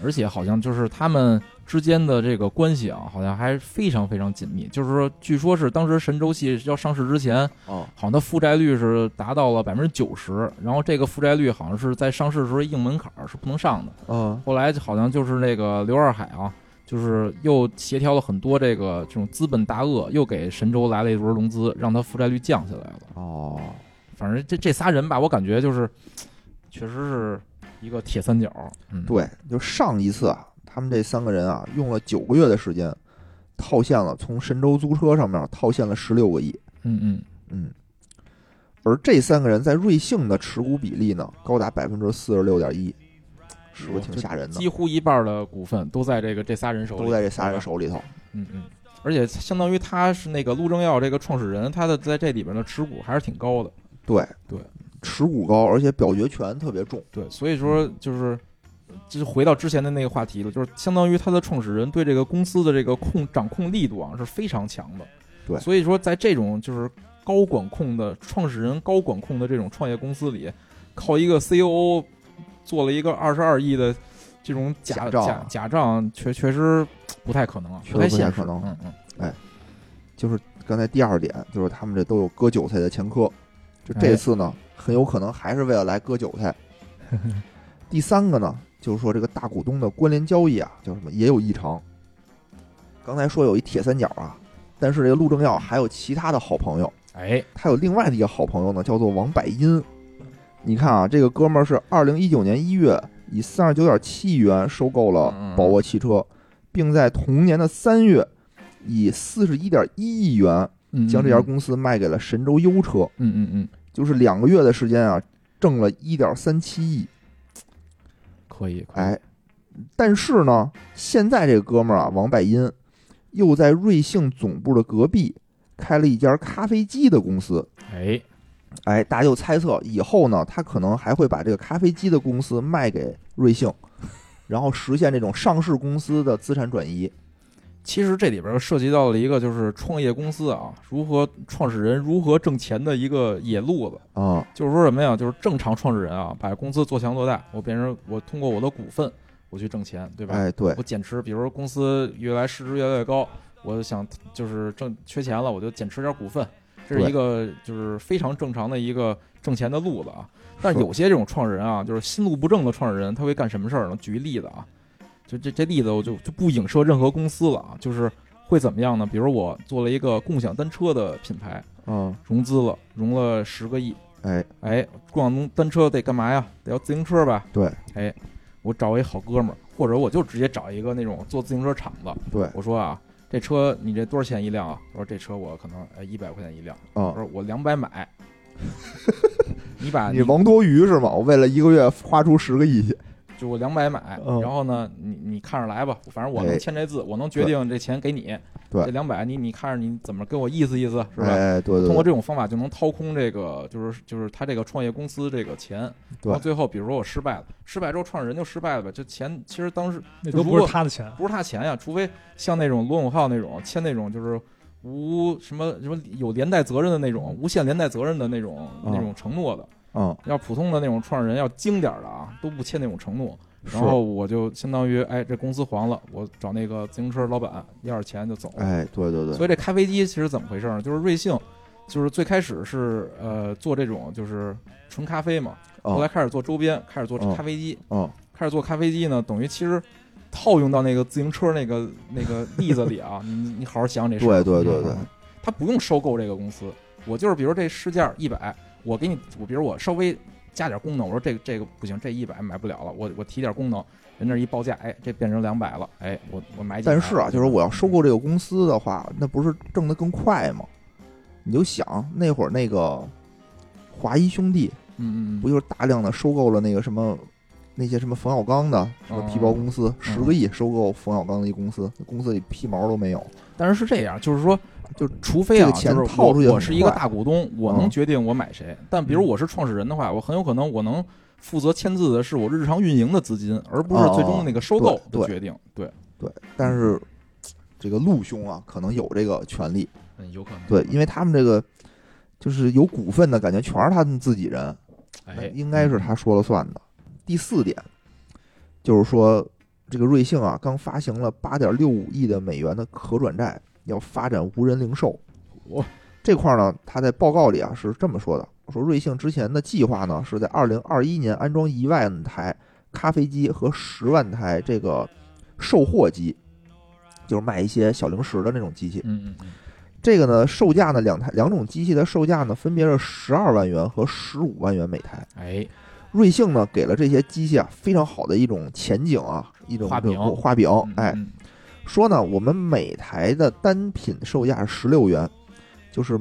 Speaker 2: 而且好像就是他们之间的这个关系啊，好像还非常非常紧密。就是说，据说是当时神州系要上市之前，
Speaker 1: 哦，
Speaker 2: 好像它负债率是达到了百分之九十，然后这个负债率好像是在上市的时候硬门槛儿是不能上的。
Speaker 1: 嗯，
Speaker 2: 后来好像就是那个刘二海啊，就是又协调了很多这个这种资本大鳄，又给神州来了一轮融资，让它负债率降下来了。
Speaker 1: 哦，
Speaker 2: 反正这这仨人吧，我感觉就是，确实是一个铁三角。嗯，，
Speaker 1: 对，就上一次啊，他们这三个人啊，用了九个月的时间，套现了从神州租车上面套现了十六个亿。
Speaker 2: 嗯嗯，
Speaker 1: 嗯，而这三个人在瑞幸的持股比例呢，高达百分之四十六点一，是不是挺吓人的？
Speaker 2: 几乎一半的股份都在这个这仨人手里，
Speaker 1: 都在这仨人
Speaker 2: 手。
Speaker 1: 手里头。
Speaker 2: 嗯嗯。而且相当于他是那个陆正耀这个创始人，他的在这里边的持股还是挺高的。
Speaker 1: 对
Speaker 2: 对，
Speaker 1: 持股高，而且表决权特别重。
Speaker 2: 对，所以说就是，就是回到之前的那个话题了，就是相当于他的创始人对这个公司的这个控掌控力度啊是非常强的。
Speaker 1: 对
Speaker 2: 所以说在这种就是高管控的创始人高管控的这种创业公司里，靠一个 COO 做了一个二十二亿的这种假
Speaker 1: 假账啊
Speaker 2: 假假账，确确实不太可能啊，
Speaker 1: 确实
Speaker 2: 太
Speaker 1: 不太
Speaker 2: 现实。
Speaker 1: 可能
Speaker 2: 嗯嗯，
Speaker 1: 就是刚才第二点，就是他们这都有割韭菜的前科，就这
Speaker 2: 哎
Speaker 1: 次呢，很有可能还是为了来割韭菜。第三个呢，就是说这个大股东的关联交易啊，叫什么也有异常。刚才说有一铁三角啊，但是这个陆正耀还有其他的好朋友，
Speaker 2: 哎，
Speaker 1: 他有另外的一个好朋友呢，叫做王百音。你看啊，这个哥们儿是二零一九年一月以三十九点七亿元收购了
Speaker 2: 嗯嗯
Speaker 1: 宝沃汽车，并在同年的三月以四十一点一亿元
Speaker 2: 嗯
Speaker 1: 将这家，公司卖给了神州优车，
Speaker 2: 嗯嗯嗯，
Speaker 1: 就是两个月的时间啊，挣了一点三七亿。
Speaker 2: 可以，可以，
Speaker 1: 哎，但是呢，现在这个哥们儿啊，王百音又在瑞幸总部的隔壁开了一家咖啡机的公司。
Speaker 2: 哎，
Speaker 1: 哎，大家就猜测以后呢，他可能还会把这个咖啡机的公司卖给瑞幸，然后实现这种上市公司的资产转移。
Speaker 2: 其实这里边儿涉及到了一个就是创业公司啊，如何创始人如何挣钱的一个野路子。
Speaker 1: 啊、
Speaker 2: 就是说什么呀？就是正常创始人啊，把公司做强做大，我变成我通过我的股份我去挣钱，对吧？
Speaker 1: 哎，对
Speaker 2: 我减持，比如说公司越来市值越来越高，我想就是挣缺钱了，我就减持点股份，这是
Speaker 1: 对
Speaker 2: 一个就是非常正常的一个挣钱的路子啊。但
Speaker 1: 是
Speaker 2: 有些这种创始人啊，就是心路不正的创始人，他会干什么事儿呢？举一例子啊，就这这例子我就就不影射任何公司了啊，就是会怎么样呢？比如我做了一个共享单车的品牌，
Speaker 1: 嗯，
Speaker 2: 融资了，融了十个亿，
Speaker 1: 哎，
Speaker 2: 哎，共享单单车得干嘛呀？得要自行车吧？
Speaker 1: 对，
Speaker 2: 哎，我找一好哥们儿，或者我就直接找一个那种做自行车厂子，
Speaker 1: 对，
Speaker 2: 我说啊，这车你这多少钱一辆啊？他说这车我可能呃一百块钱一辆，我
Speaker 1: 啊、
Speaker 2: 说我两
Speaker 1: *laughs*
Speaker 2: 百买，啊你把
Speaker 1: 你王多鱼是吗？我为了一个月花出十个亿去，
Speaker 2: 就我两百买，
Speaker 1: 嗯
Speaker 2: 然后呢，你你看着来吧，反正我
Speaker 1: 哎
Speaker 2: 能签这字，我能决定这钱给你，
Speaker 1: 对
Speaker 2: 这两百你你看着你怎么给我意思意思是吧？
Speaker 1: 哎，对对
Speaker 2: 通过
Speaker 1: 对，
Speaker 2: 这种方法就能掏空这个，就是就是他这个创业公司这个钱，
Speaker 1: 对
Speaker 2: 然后最后比如说我失败了，失败之后创始人就失败了吧，这钱其实当时
Speaker 3: 那
Speaker 2: 就
Speaker 3: 都
Speaker 2: 如
Speaker 3: 不是
Speaker 2: 果
Speaker 3: 他的钱，
Speaker 2: 不是他钱呀，除非像那种罗永浩那种签那种就是无什么什么有连带责任的那种无限连带责任的那种
Speaker 1: 嗯
Speaker 2: 那种承诺的，
Speaker 1: 嗯，
Speaker 2: 要普通的那种创始人要精点儿的啊，都不签那种承诺。
Speaker 1: 是
Speaker 2: 然，后我就相当于哎，这公司黄了，我找那个自行车老板要点钱就走了。
Speaker 1: 哎，对对对，
Speaker 2: 所以这咖啡机其实怎么回事呢？就是瑞幸，就是最开始是呃做这种就是纯咖啡嘛，后来
Speaker 1: 嗯
Speaker 2: 开始做周边，开始做
Speaker 1: 哦
Speaker 2: 咖啡机，
Speaker 1: 嗯，
Speaker 2: 开始做咖啡机呢，等于其实套用到那个自行车那个那个例子里啊， *laughs* 你你好好想想这事儿。啊嗯
Speaker 1: 对对对对，
Speaker 2: 他不用收购这个公司，我就是比如这市价一百，我给你，我比如我稍微加点功能。我说这个这个不行，这一百买不了了，我我提点功能，人那儿一报价，哎，这变成两百了，哎，我我买几台。
Speaker 1: 但是啊，就是我要收购这个公司的话，那不是挣得更快吗？你就想那会儿那个华谊兄弟，
Speaker 2: 嗯，嗯嗯，
Speaker 1: 不就是大量的收购了那个什么那些什么冯小刚的什么皮包公司，十、个亿收购冯小刚的一公司，那公司里屁毛都没有。
Speaker 2: 但是是这样，就是说，
Speaker 1: 就
Speaker 2: 除非啊，
Speaker 1: 这个钱
Speaker 2: 就是
Speaker 1: 套
Speaker 2: 我
Speaker 1: 出去很
Speaker 2: 我是一个
Speaker 1: 快
Speaker 2: 大股东，我能
Speaker 1: 嗯
Speaker 2: 决定我买谁。但比如
Speaker 1: 嗯
Speaker 2: 我是创始人的话，我很有可能我能负责签字的是我日常运营的资金，而不是最终的那个收购
Speaker 1: 对
Speaker 2: 的
Speaker 1: 哦对
Speaker 2: 决定。对，
Speaker 1: 对，但是这个陆兄啊，可能有这个权利，
Speaker 2: 嗯，有可能。
Speaker 1: 对，因为他们这个就是有股份的感觉，全是他们自己人，那
Speaker 2: 哎，
Speaker 1: 应该是他说了算的。第四点就是说，这个瑞幸啊，刚发行了八点六五亿的美元的可转债，要发展无人零售。
Speaker 2: 哇
Speaker 1: 这块儿呢，他在报告里啊是这么说的：说瑞幸之前的计划呢是在二零二一年安装一万台咖啡机和十万台这个售货机，就是卖一些小零食的那种机器。
Speaker 2: 嗯嗯嗯，
Speaker 1: 这个呢，售价呢，两台两种机器的售价呢，分别是十二万元和十五万元每台。
Speaker 2: 哎，
Speaker 1: 瑞幸呢，给了这些机器啊非常好的一种前景啊，一种
Speaker 2: 画饼
Speaker 1: 这种画饼
Speaker 2: 嗯。
Speaker 1: 哎，，
Speaker 2: 嗯
Speaker 1: 说呢，我们每台的单品售价是十六元，就是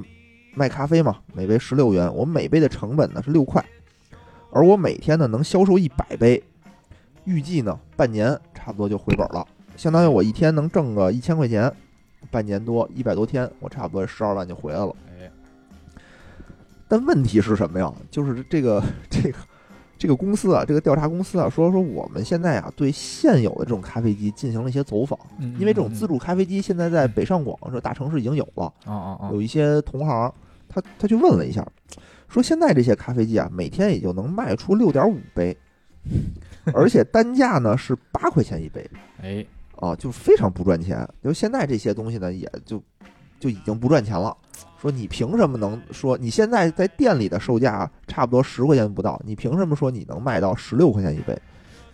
Speaker 1: 卖咖啡嘛，每杯十六元，我每杯的成本呢是六块，而我每天呢能销售一百杯，预计呢半年差不多就回本了，相当于我一天能挣个一千块钱，半年多一百多天，我差不多十二万就回来了。
Speaker 2: 哎，
Speaker 1: 但问题是什么呀？就是这个 *laughs* 这个这个公司啊，这个调查公司啊，说说我们现在啊对现有的这种咖啡机进行了一些走访，
Speaker 2: 嗯
Speaker 1: 因为这种自助咖啡机现在在北上广这大城市已经有了，
Speaker 2: 啊啊啊，
Speaker 1: 有一些同行，他他去问了一下，说现在这些咖啡机啊，每天也就能卖出六点五杯，而且单价呢是八块钱一杯
Speaker 2: 哎，
Speaker 1: 啊，就非常不赚钱。就现在这些东西呢，也就就已经不赚钱了。说你凭什么能说你现在在店里的售价啊差不多十块钱不到，你凭什么说你能卖到十六块钱一杯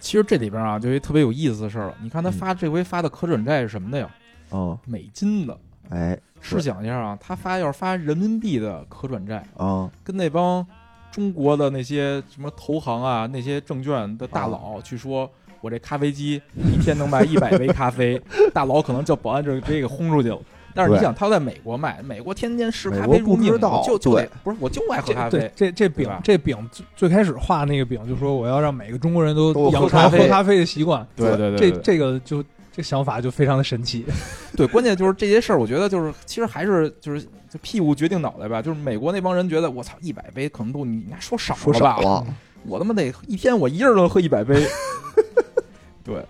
Speaker 2: 其实这里边啊，就有一特别有意思的事儿了。你看他发这回发的可转债是什么的呀？
Speaker 1: 啊？
Speaker 2: 美金的。
Speaker 1: 哎
Speaker 2: 试想一下啊，他发要是发人民币的可转债，
Speaker 1: 啊，
Speaker 2: 跟那帮中国的那些什么投行啊、那些证券的大
Speaker 1: 啊
Speaker 2: 佬去说，我这咖啡机一天能
Speaker 1: *laughs*
Speaker 2: 卖一百杯咖啡，大佬可能叫保安就直接给轰出去了。但是你
Speaker 1: 对
Speaker 2: 想，他在美国卖，美国天天视
Speaker 1: 美
Speaker 2: 咖
Speaker 1: 国
Speaker 2: 啡入
Speaker 1: 不知
Speaker 2: 命，我
Speaker 1: 道
Speaker 2: 就就得
Speaker 1: 对
Speaker 2: 不是我就爱喝咖
Speaker 3: 这
Speaker 2: 啡
Speaker 3: 对，这这
Speaker 2: 对
Speaker 3: 饼
Speaker 2: 吧
Speaker 3: 这饼最最开始画那个饼，就说我要让每个中国人都
Speaker 1: 都喝
Speaker 3: 养
Speaker 1: 咖
Speaker 3: 成
Speaker 2: 啡
Speaker 3: 喝咖啡的习惯。
Speaker 2: 对对对
Speaker 3: 这
Speaker 2: 对
Speaker 3: 这个就这想法就非常的神奇。
Speaker 2: 对，关键就是这些事儿，我觉得就是其实还是就是就屁股决定脑袋吧。就是美国那帮人觉得我操一百杯可能都你那说少
Speaker 1: 说
Speaker 2: 了
Speaker 1: 少，
Speaker 2: 吧
Speaker 1: 了， *laughs*
Speaker 2: 我他妈得一天我一人能喝一百杯。对，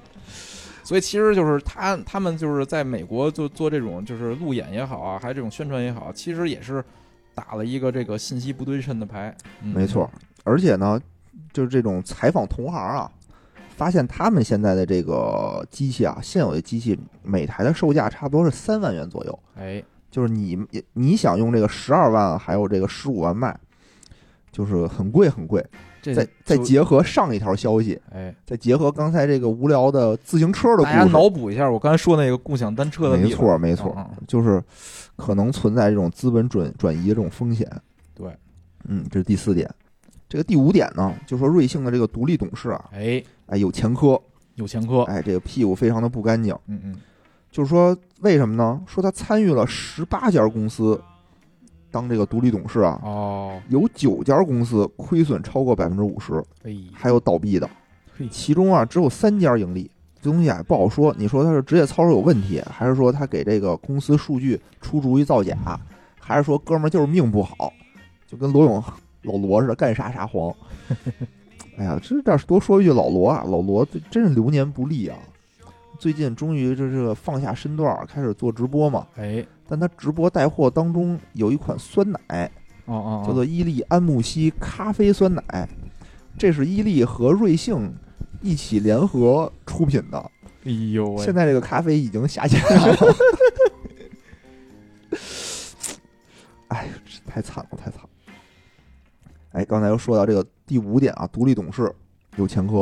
Speaker 2: 所以其实就是他他们就是在美国就做这种就是路演也好啊，还有这种宣传也好，其实也是打了一个这个信息不对称的牌。嗯
Speaker 1: 没错，，而且呢，就是这种采访同行啊，发现他们现在的这个机器啊，现有的机器每台的售价差不多是三万元左右，
Speaker 2: 哎，
Speaker 1: 就是你你想用这个十二万还有这个十五万卖，就是很贵很贵。
Speaker 2: 这
Speaker 1: 再再
Speaker 2: 就
Speaker 1: 结合上一条消息，
Speaker 2: 哎，
Speaker 1: 再结合刚才这个无聊的自行车的
Speaker 2: 大家
Speaker 1: 故事，
Speaker 2: 脑补一下我刚才说那个共享单车的例
Speaker 1: 没
Speaker 2: 子，
Speaker 1: 错没错，
Speaker 2: 嗯嗯
Speaker 1: 就是可能存在这种资本转转移的这种风险。
Speaker 2: 对，
Speaker 1: 嗯，这是第四点。这个第五点呢，就说瑞幸的这个独立董事啊，
Speaker 2: 哎，
Speaker 1: 哎，有前科，
Speaker 2: 有前科，
Speaker 1: 哎，这个屁股非常的不干净。
Speaker 2: 嗯嗯，
Speaker 1: 就是说，为什么呢？说他参与了十八家公司当这个独立董事啊，
Speaker 2: 哦，
Speaker 1: 有九家公司亏损超过百分之五十，
Speaker 2: 哎，
Speaker 1: 还有倒闭的
Speaker 2: 嘿，
Speaker 1: 其中啊只有三家盈利。这东西啊不好说，你说他是职业操守有问题，还是说他给这个公司数据出主意造假，还是说哥们儿就是命不好，就跟罗永老罗似的，干啥啥黄。哎呀，这这儿多说一句老罗啊，老罗这真是流年不利啊。最近终于这是放下身段儿，开始做直播嘛。
Speaker 2: 哎，
Speaker 1: 但他直播带货当中有一款酸奶，
Speaker 2: 哦哦，
Speaker 1: 叫做伊利安慕希咖啡酸奶，这是伊利和瑞幸一起联合出品的。
Speaker 2: 哎呦喂，
Speaker 1: 现在这个咖啡已经下架了。 *laughs* 哎，这太惨了，太惨了。哎，刚才又说到这个第五点啊，独立董事有前科；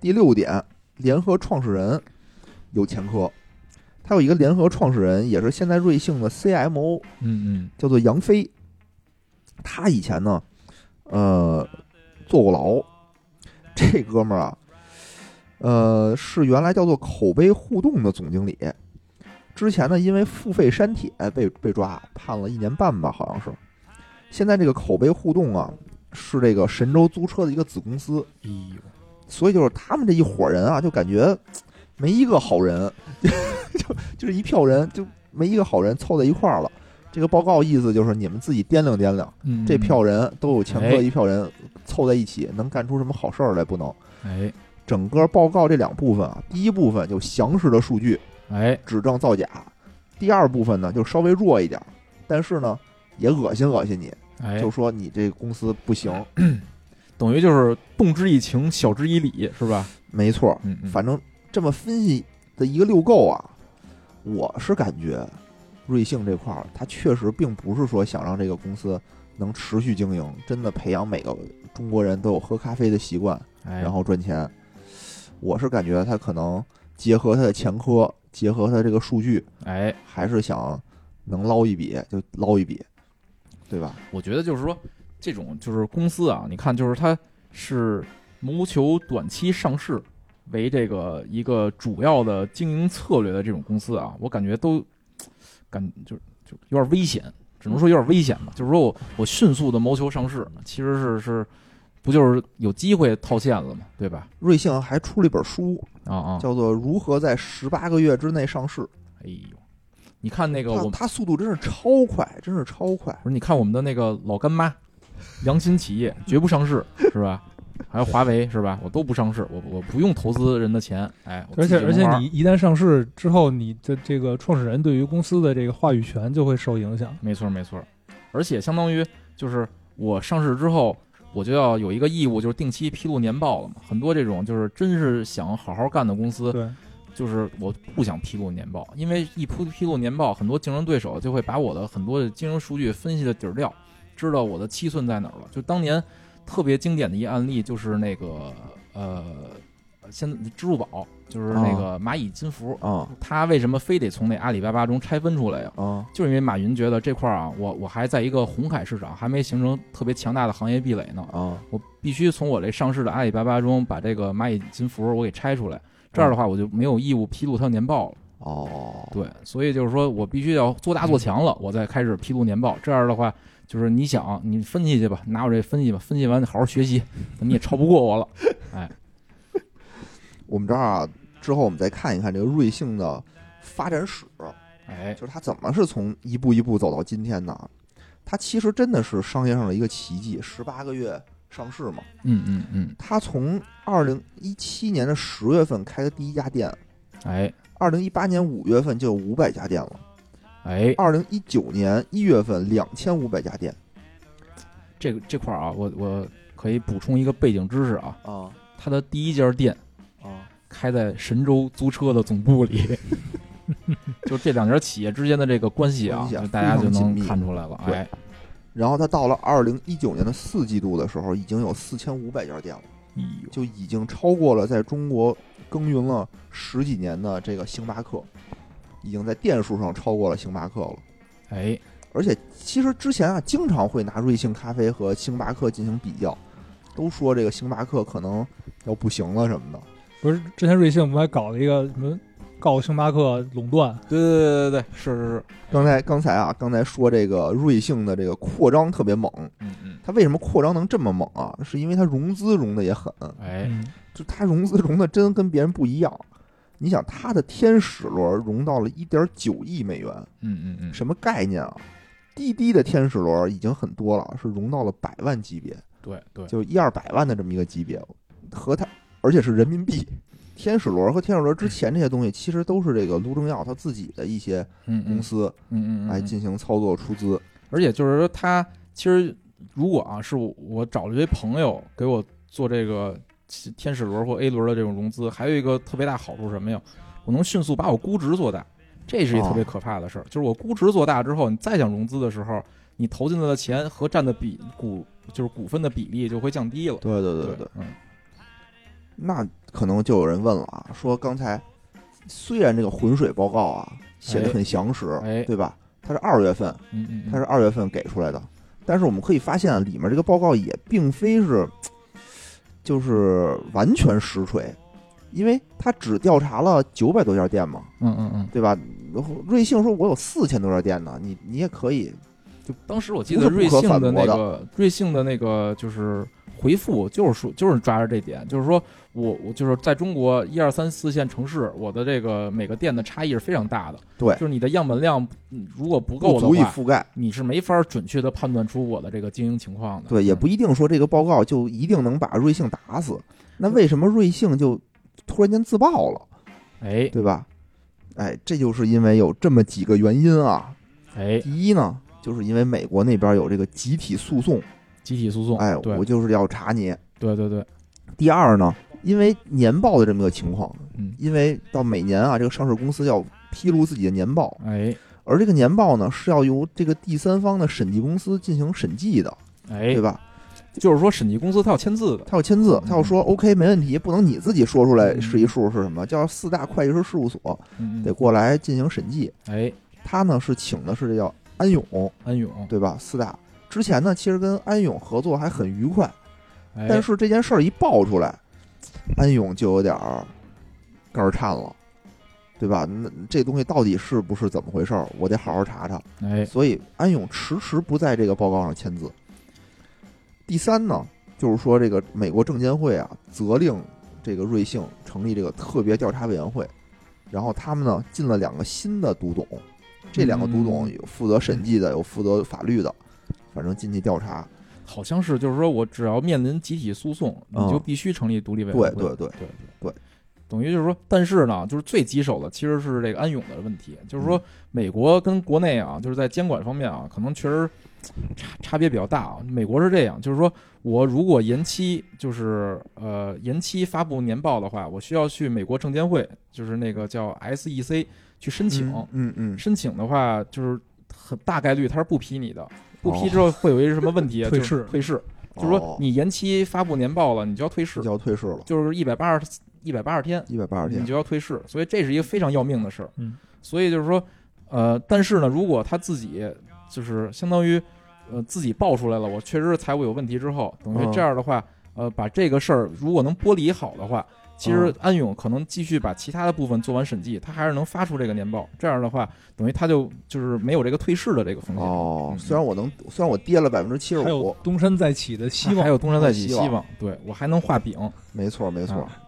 Speaker 1: 第六点，联合创始人有前科。他有一个联合创始人，也是现在瑞幸的 CMO，
Speaker 2: 嗯嗯，
Speaker 1: 叫做杨飞。他以前呢，呃，坐过牢。这哥们儿啊，呃，是原来叫做口碑互动的总经理，之前呢因为付费删帖被被抓，判了一年半吧，好像是。现在这个口碑互动啊，是这个神州租车的一个子公司，
Speaker 3: 哎呦，
Speaker 1: 所以就是他们这一伙人啊，就感觉嘖没一个好人， *laughs* 就就就是一票人就没一个好人凑在一块儿了。这个报告意思就是你们自己掂量掂量，
Speaker 2: 嗯
Speaker 1: 这票人都有前科
Speaker 2: 哎
Speaker 1: 一票人凑在一起，能干出什么好事儿来不能？
Speaker 2: 哎
Speaker 1: 整个报告这两部分啊，第一部分就详实的数据
Speaker 2: 哎
Speaker 1: 指证造假，第二部分呢就稍微弱一点，但是呢也恶心恶心你，
Speaker 2: 哎，
Speaker 1: 就说你这公司不行，
Speaker 2: 等于就是动之以情，晓之以理，是吧？
Speaker 1: 没错，
Speaker 2: 嗯嗯，
Speaker 1: 反正这么分析的一个遛够啊，我是感觉瑞幸这块儿，它确实并不是说想让这个公司能持续经营，真的培养每个中国人都有喝咖啡的习惯，
Speaker 2: 哎
Speaker 1: 然后赚钱。我是感觉他可能结合他的前科，结合他这个数据，
Speaker 2: 哎，
Speaker 1: 还是想能捞一笔就捞一笔，对吧？
Speaker 2: 我觉得就是说，这种就是公司啊，你看，就是它是谋求短期上市为这个一个主要的经营策略的这种公司啊，我感觉都感就就有点危险，只能说有点危险吧。就是说我我迅速的谋求上市，其实是是不就是有机会套现了嘛，对吧？
Speaker 1: 瑞幸还出了一本书，
Speaker 2: 啊啊，
Speaker 1: 叫做《如何在十八个月之内上市》，
Speaker 2: 哎呦，你看那个我
Speaker 1: 它
Speaker 2: 们
Speaker 1: 它速度真是超快，真是超快。
Speaker 2: 不是，你看我们的那个老干妈，良心企业绝不上市，是吧？还有华为是吧？我都不上市，我我不用投资人的钱，哎，我
Speaker 3: 而
Speaker 2: 自己
Speaker 3: 且
Speaker 2: 能
Speaker 3: 而且
Speaker 2: 玩
Speaker 3: 你一旦上市之后，你的这个创始人对于公司的这个话语权就会受影响。
Speaker 2: 没错没错，而且相当于就是我上市之后，我就要有一个义务，就是定期披露年报了嘛。很多这种就是真是想好好干的公司，
Speaker 3: 对，
Speaker 2: 就是我不想披露年报，因为一披披露年报，很多竞争对手就会把我的很多的金融数据分析的底儿掉，知道我的七寸在哪儿了。就当年特别经典的一个案例就是那个呃，现在支付宝就是那个蚂蚁金服，
Speaker 1: 啊
Speaker 2: 它为什么非得从那阿里巴巴中拆分出来呀、
Speaker 1: 啊
Speaker 2: 就是因为马云觉得这块儿啊，我我还在一个红海市场，还没形成特别强大的行业壁垒呢，
Speaker 1: 啊！
Speaker 2: 我必须从我这上市的阿里巴巴中把这个蚂蚁金服我给拆出来。这样的话，我就没有义务披露它的年报了。
Speaker 1: 哦，
Speaker 2: 对，所以就是说我必须要做大做强了，我再开始披露年报。这样的话，就是你想你分析去吧，拿我这分析吧，分析完好好学习，你也超不过我了。
Speaker 1: 我们这儿啊，之后我们再看一看这个瑞幸的发展史。
Speaker 2: 哎，
Speaker 1: 就是它怎么是从一步一步走到今天的？它其实真的是商业上的一个奇迹，十八个月上市嘛。
Speaker 2: 嗯嗯嗯，
Speaker 1: 它从二零一七年的十月份开的第一家店，
Speaker 2: 哎
Speaker 1: 二零一八年五月份就有五百家店了，
Speaker 2: 哎，
Speaker 1: 二零一九年一月份两千五百家店
Speaker 2: 这个这块儿啊，我我可以补充一个背景知识啊，
Speaker 1: 啊
Speaker 2: 他的第一家店
Speaker 1: 啊
Speaker 2: 开在神州租车的总部
Speaker 1: *laughs*
Speaker 2: 里。就这两家企业之间的这个关系啊，
Speaker 1: 关系啊
Speaker 2: 就大家就
Speaker 1: 非常紧
Speaker 2: 能
Speaker 1: 密
Speaker 2: 看出来了。
Speaker 1: 对
Speaker 2: 哎，
Speaker 1: 然后它到了二零一九年的四季度的时候，已经有四千五百家店了，
Speaker 3: 哎呦，
Speaker 1: 就已经超过了在中国耕耘了十几年的这个星巴克，已经在店数上超过了星巴克了。
Speaker 2: 哎，
Speaker 1: 而且其实之前啊，经常会拿瑞幸咖啡和星巴克进行比较，都说这个星巴克可能要不行了什么的。
Speaker 3: 不是之前瑞幸不还搞了一个什么告星巴克垄断？
Speaker 2: 对对对对对，是是是，
Speaker 1: 刚才刚才啊，刚才说这个瑞幸的这个扩张特别猛，
Speaker 2: 嗯嗯，
Speaker 1: 它为什么扩张能这么猛啊？是因为它融资融的也狠，
Speaker 2: 哎，
Speaker 3: 嗯，
Speaker 1: 就它融资融的真跟别人不一样。你想，它的天使轮融到了一点九亿美元，
Speaker 2: 嗯嗯嗯，
Speaker 1: 什么概念啊？滴滴的天使轮已经很多了，是融到了百万级别。
Speaker 2: 对对，
Speaker 1: 就一二百万的这么一个级别，和它而且是人民币。天使轮和天使轮之前这些东西，其实都是这个卢正耀他自己的一些
Speaker 2: 嗯嗯
Speaker 1: 公司
Speaker 2: 嗯嗯嗯
Speaker 1: 来
Speaker 2: 嗯
Speaker 1: 进行操作出资。
Speaker 2: 而且就是说他其实如果啊是我我找了一些朋友给我做这个天使轮或 A 轮的这种融资，还有一个特别大好处是什么呀？我能迅速把我估值做大，这是一
Speaker 1: 哦
Speaker 2: 特别可怕的事儿。就是我估值做大之后，你再想融资的时候，你投进来的钱和占的比股就是股份的比例就会降低了。
Speaker 1: 对对
Speaker 2: 对
Speaker 1: 对，
Speaker 2: 嗯，
Speaker 1: 那可能就有人问了啊，说刚才虽然这个浑水报告啊写的很详实，
Speaker 2: 哎
Speaker 1: 对吧？它是二月份，
Speaker 2: 嗯嗯嗯，
Speaker 1: 它是二月份给出来的，但是我们可以发现啊里面这个报告也并非是就是完全实锤，因为他只调查了九百多家店嘛，
Speaker 2: 嗯嗯嗯。
Speaker 1: 对吧？然后瑞幸说我有四千多家店呢，你你也可以，
Speaker 2: 当时我记
Speaker 1: 不
Speaker 2: 得
Speaker 1: 是
Speaker 2: 瑞
Speaker 1: 不可
Speaker 2: 幸
Speaker 1: 反
Speaker 2: 的那
Speaker 1: 驳的
Speaker 2: 个瑞幸的那个就是回复，就是说就是抓着这点，就是说我我就是在中国一二三四线城市，我的这个每个店的差异是非常大的。
Speaker 1: 对
Speaker 2: 就是你的样本量嗯如果不
Speaker 1: 不
Speaker 2: 够
Speaker 1: 足以
Speaker 2: 的话，
Speaker 1: 覆盖。
Speaker 2: 你是没法准确的判断出我的这个经营情况的。
Speaker 1: 对，也不一定说这个报告就一定能把瑞幸打死。那为什么瑞幸就突然间自爆了，
Speaker 2: 哎
Speaker 1: 对吧？哎，这就是因为有这么几个原因啊。
Speaker 2: 哎，
Speaker 1: 第一呢，就是因为美国那边有这个集体诉讼，
Speaker 2: 集体诉讼，
Speaker 1: 哎，
Speaker 2: 对
Speaker 1: 我就是要查你。
Speaker 2: 对对对，
Speaker 1: 第二呢，因为年报的这么个情况，
Speaker 2: 嗯，
Speaker 1: 因为到每年啊，这个上市公司要披露自己的年报，
Speaker 2: 哎
Speaker 1: 而这个年报呢是要由这个第三方的审计公司进行审计的，
Speaker 2: 哎
Speaker 1: 对，吧？
Speaker 2: 就是说审计公司他要签字的，
Speaker 1: 他要签字
Speaker 2: 嗯，
Speaker 1: 他要说 OK 没问题，不能你自己说出来
Speaker 2: 嗯
Speaker 1: 是一数是什么，叫四大会计师事务所
Speaker 2: 嗯
Speaker 1: 得
Speaker 2: 嗯，
Speaker 1: 过来进行审计。
Speaker 2: 哎，
Speaker 1: 他呢是请的是这叫安永，
Speaker 2: 安永，
Speaker 1: 对吧？四大之前呢其实跟安永合作还很愉快，
Speaker 2: 哎，
Speaker 1: 但是这件事儿一爆出来，安永就有点儿肝儿颤了，对吧？那这东西到底是不是怎么回事儿？我得好好查查。
Speaker 2: 哎
Speaker 1: 所以安永迟迟不在这个报告上签字。第三呢，就是说这个美国证监会啊，责令这个瑞幸成立这个特别调查委员会，然后他们呢进了两个新的独董，这两个独董
Speaker 2: 嗯
Speaker 1: 有负责审计的，有负责法律的，反正进去调查。
Speaker 2: 好像是，就是说我只要面临集体诉讼，你
Speaker 1: 嗯
Speaker 2: 就必须成立独立委员会。
Speaker 1: 对对对，
Speaker 2: 对
Speaker 1: 对
Speaker 2: 等于就是说，但是呢，就是最棘手的其实是这个安永的问题，就是
Speaker 1: 嗯
Speaker 2: 说美国跟国内啊，就是在监管方面啊，可能确实差差别比较大啊。美国是这样，就是说我如果延期，就是呃延期发布年报的话，我需要去美国证监会，就是那个叫 SEC 去申请。
Speaker 1: 嗯嗯，
Speaker 2: 申请的话，就是很大概率他是不批你的，不批之后会有一个什么问
Speaker 3: *laughs*
Speaker 2: 题啊？
Speaker 3: 退
Speaker 2: 就是
Speaker 3: 市
Speaker 2: 退市，就是说你延期发布年报了，你就要退市
Speaker 1: 哦就，要退市了，
Speaker 2: 就是一百八十一百八十天，
Speaker 1: 一百八十
Speaker 2: 你
Speaker 1: 天。
Speaker 2: 就要退市，所以这是一个非常要命的事儿。
Speaker 3: 嗯，
Speaker 2: 所以就是说，呃，但是呢，如果他自己就是相当于呃自己爆出来了，我确实是财务有问题之后，等于
Speaker 1: 嗯
Speaker 2: 这样的话，呃，把这个事儿如果能剥离好的话。其实
Speaker 1: 嗯
Speaker 2: 安永可能继续把其他的部分做完审计，他还是能发出这个年报。这样的话，等于他就就是没有这个退市的这个风险。
Speaker 1: 哦
Speaker 2: 嗯，
Speaker 1: 虽然我能，虽然我跌了百分之七十
Speaker 3: 还有
Speaker 1: 五，
Speaker 3: 东山再起的
Speaker 2: 啊
Speaker 3: 希
Speaker 2: 还
Speaker 3: 望，
Speaker 2: 有东山再起
Speaker 1: 希望
Speaker 2: 希望，对我还能画饼。
Speaker 1: 没错没错，
Speaker 2: 啊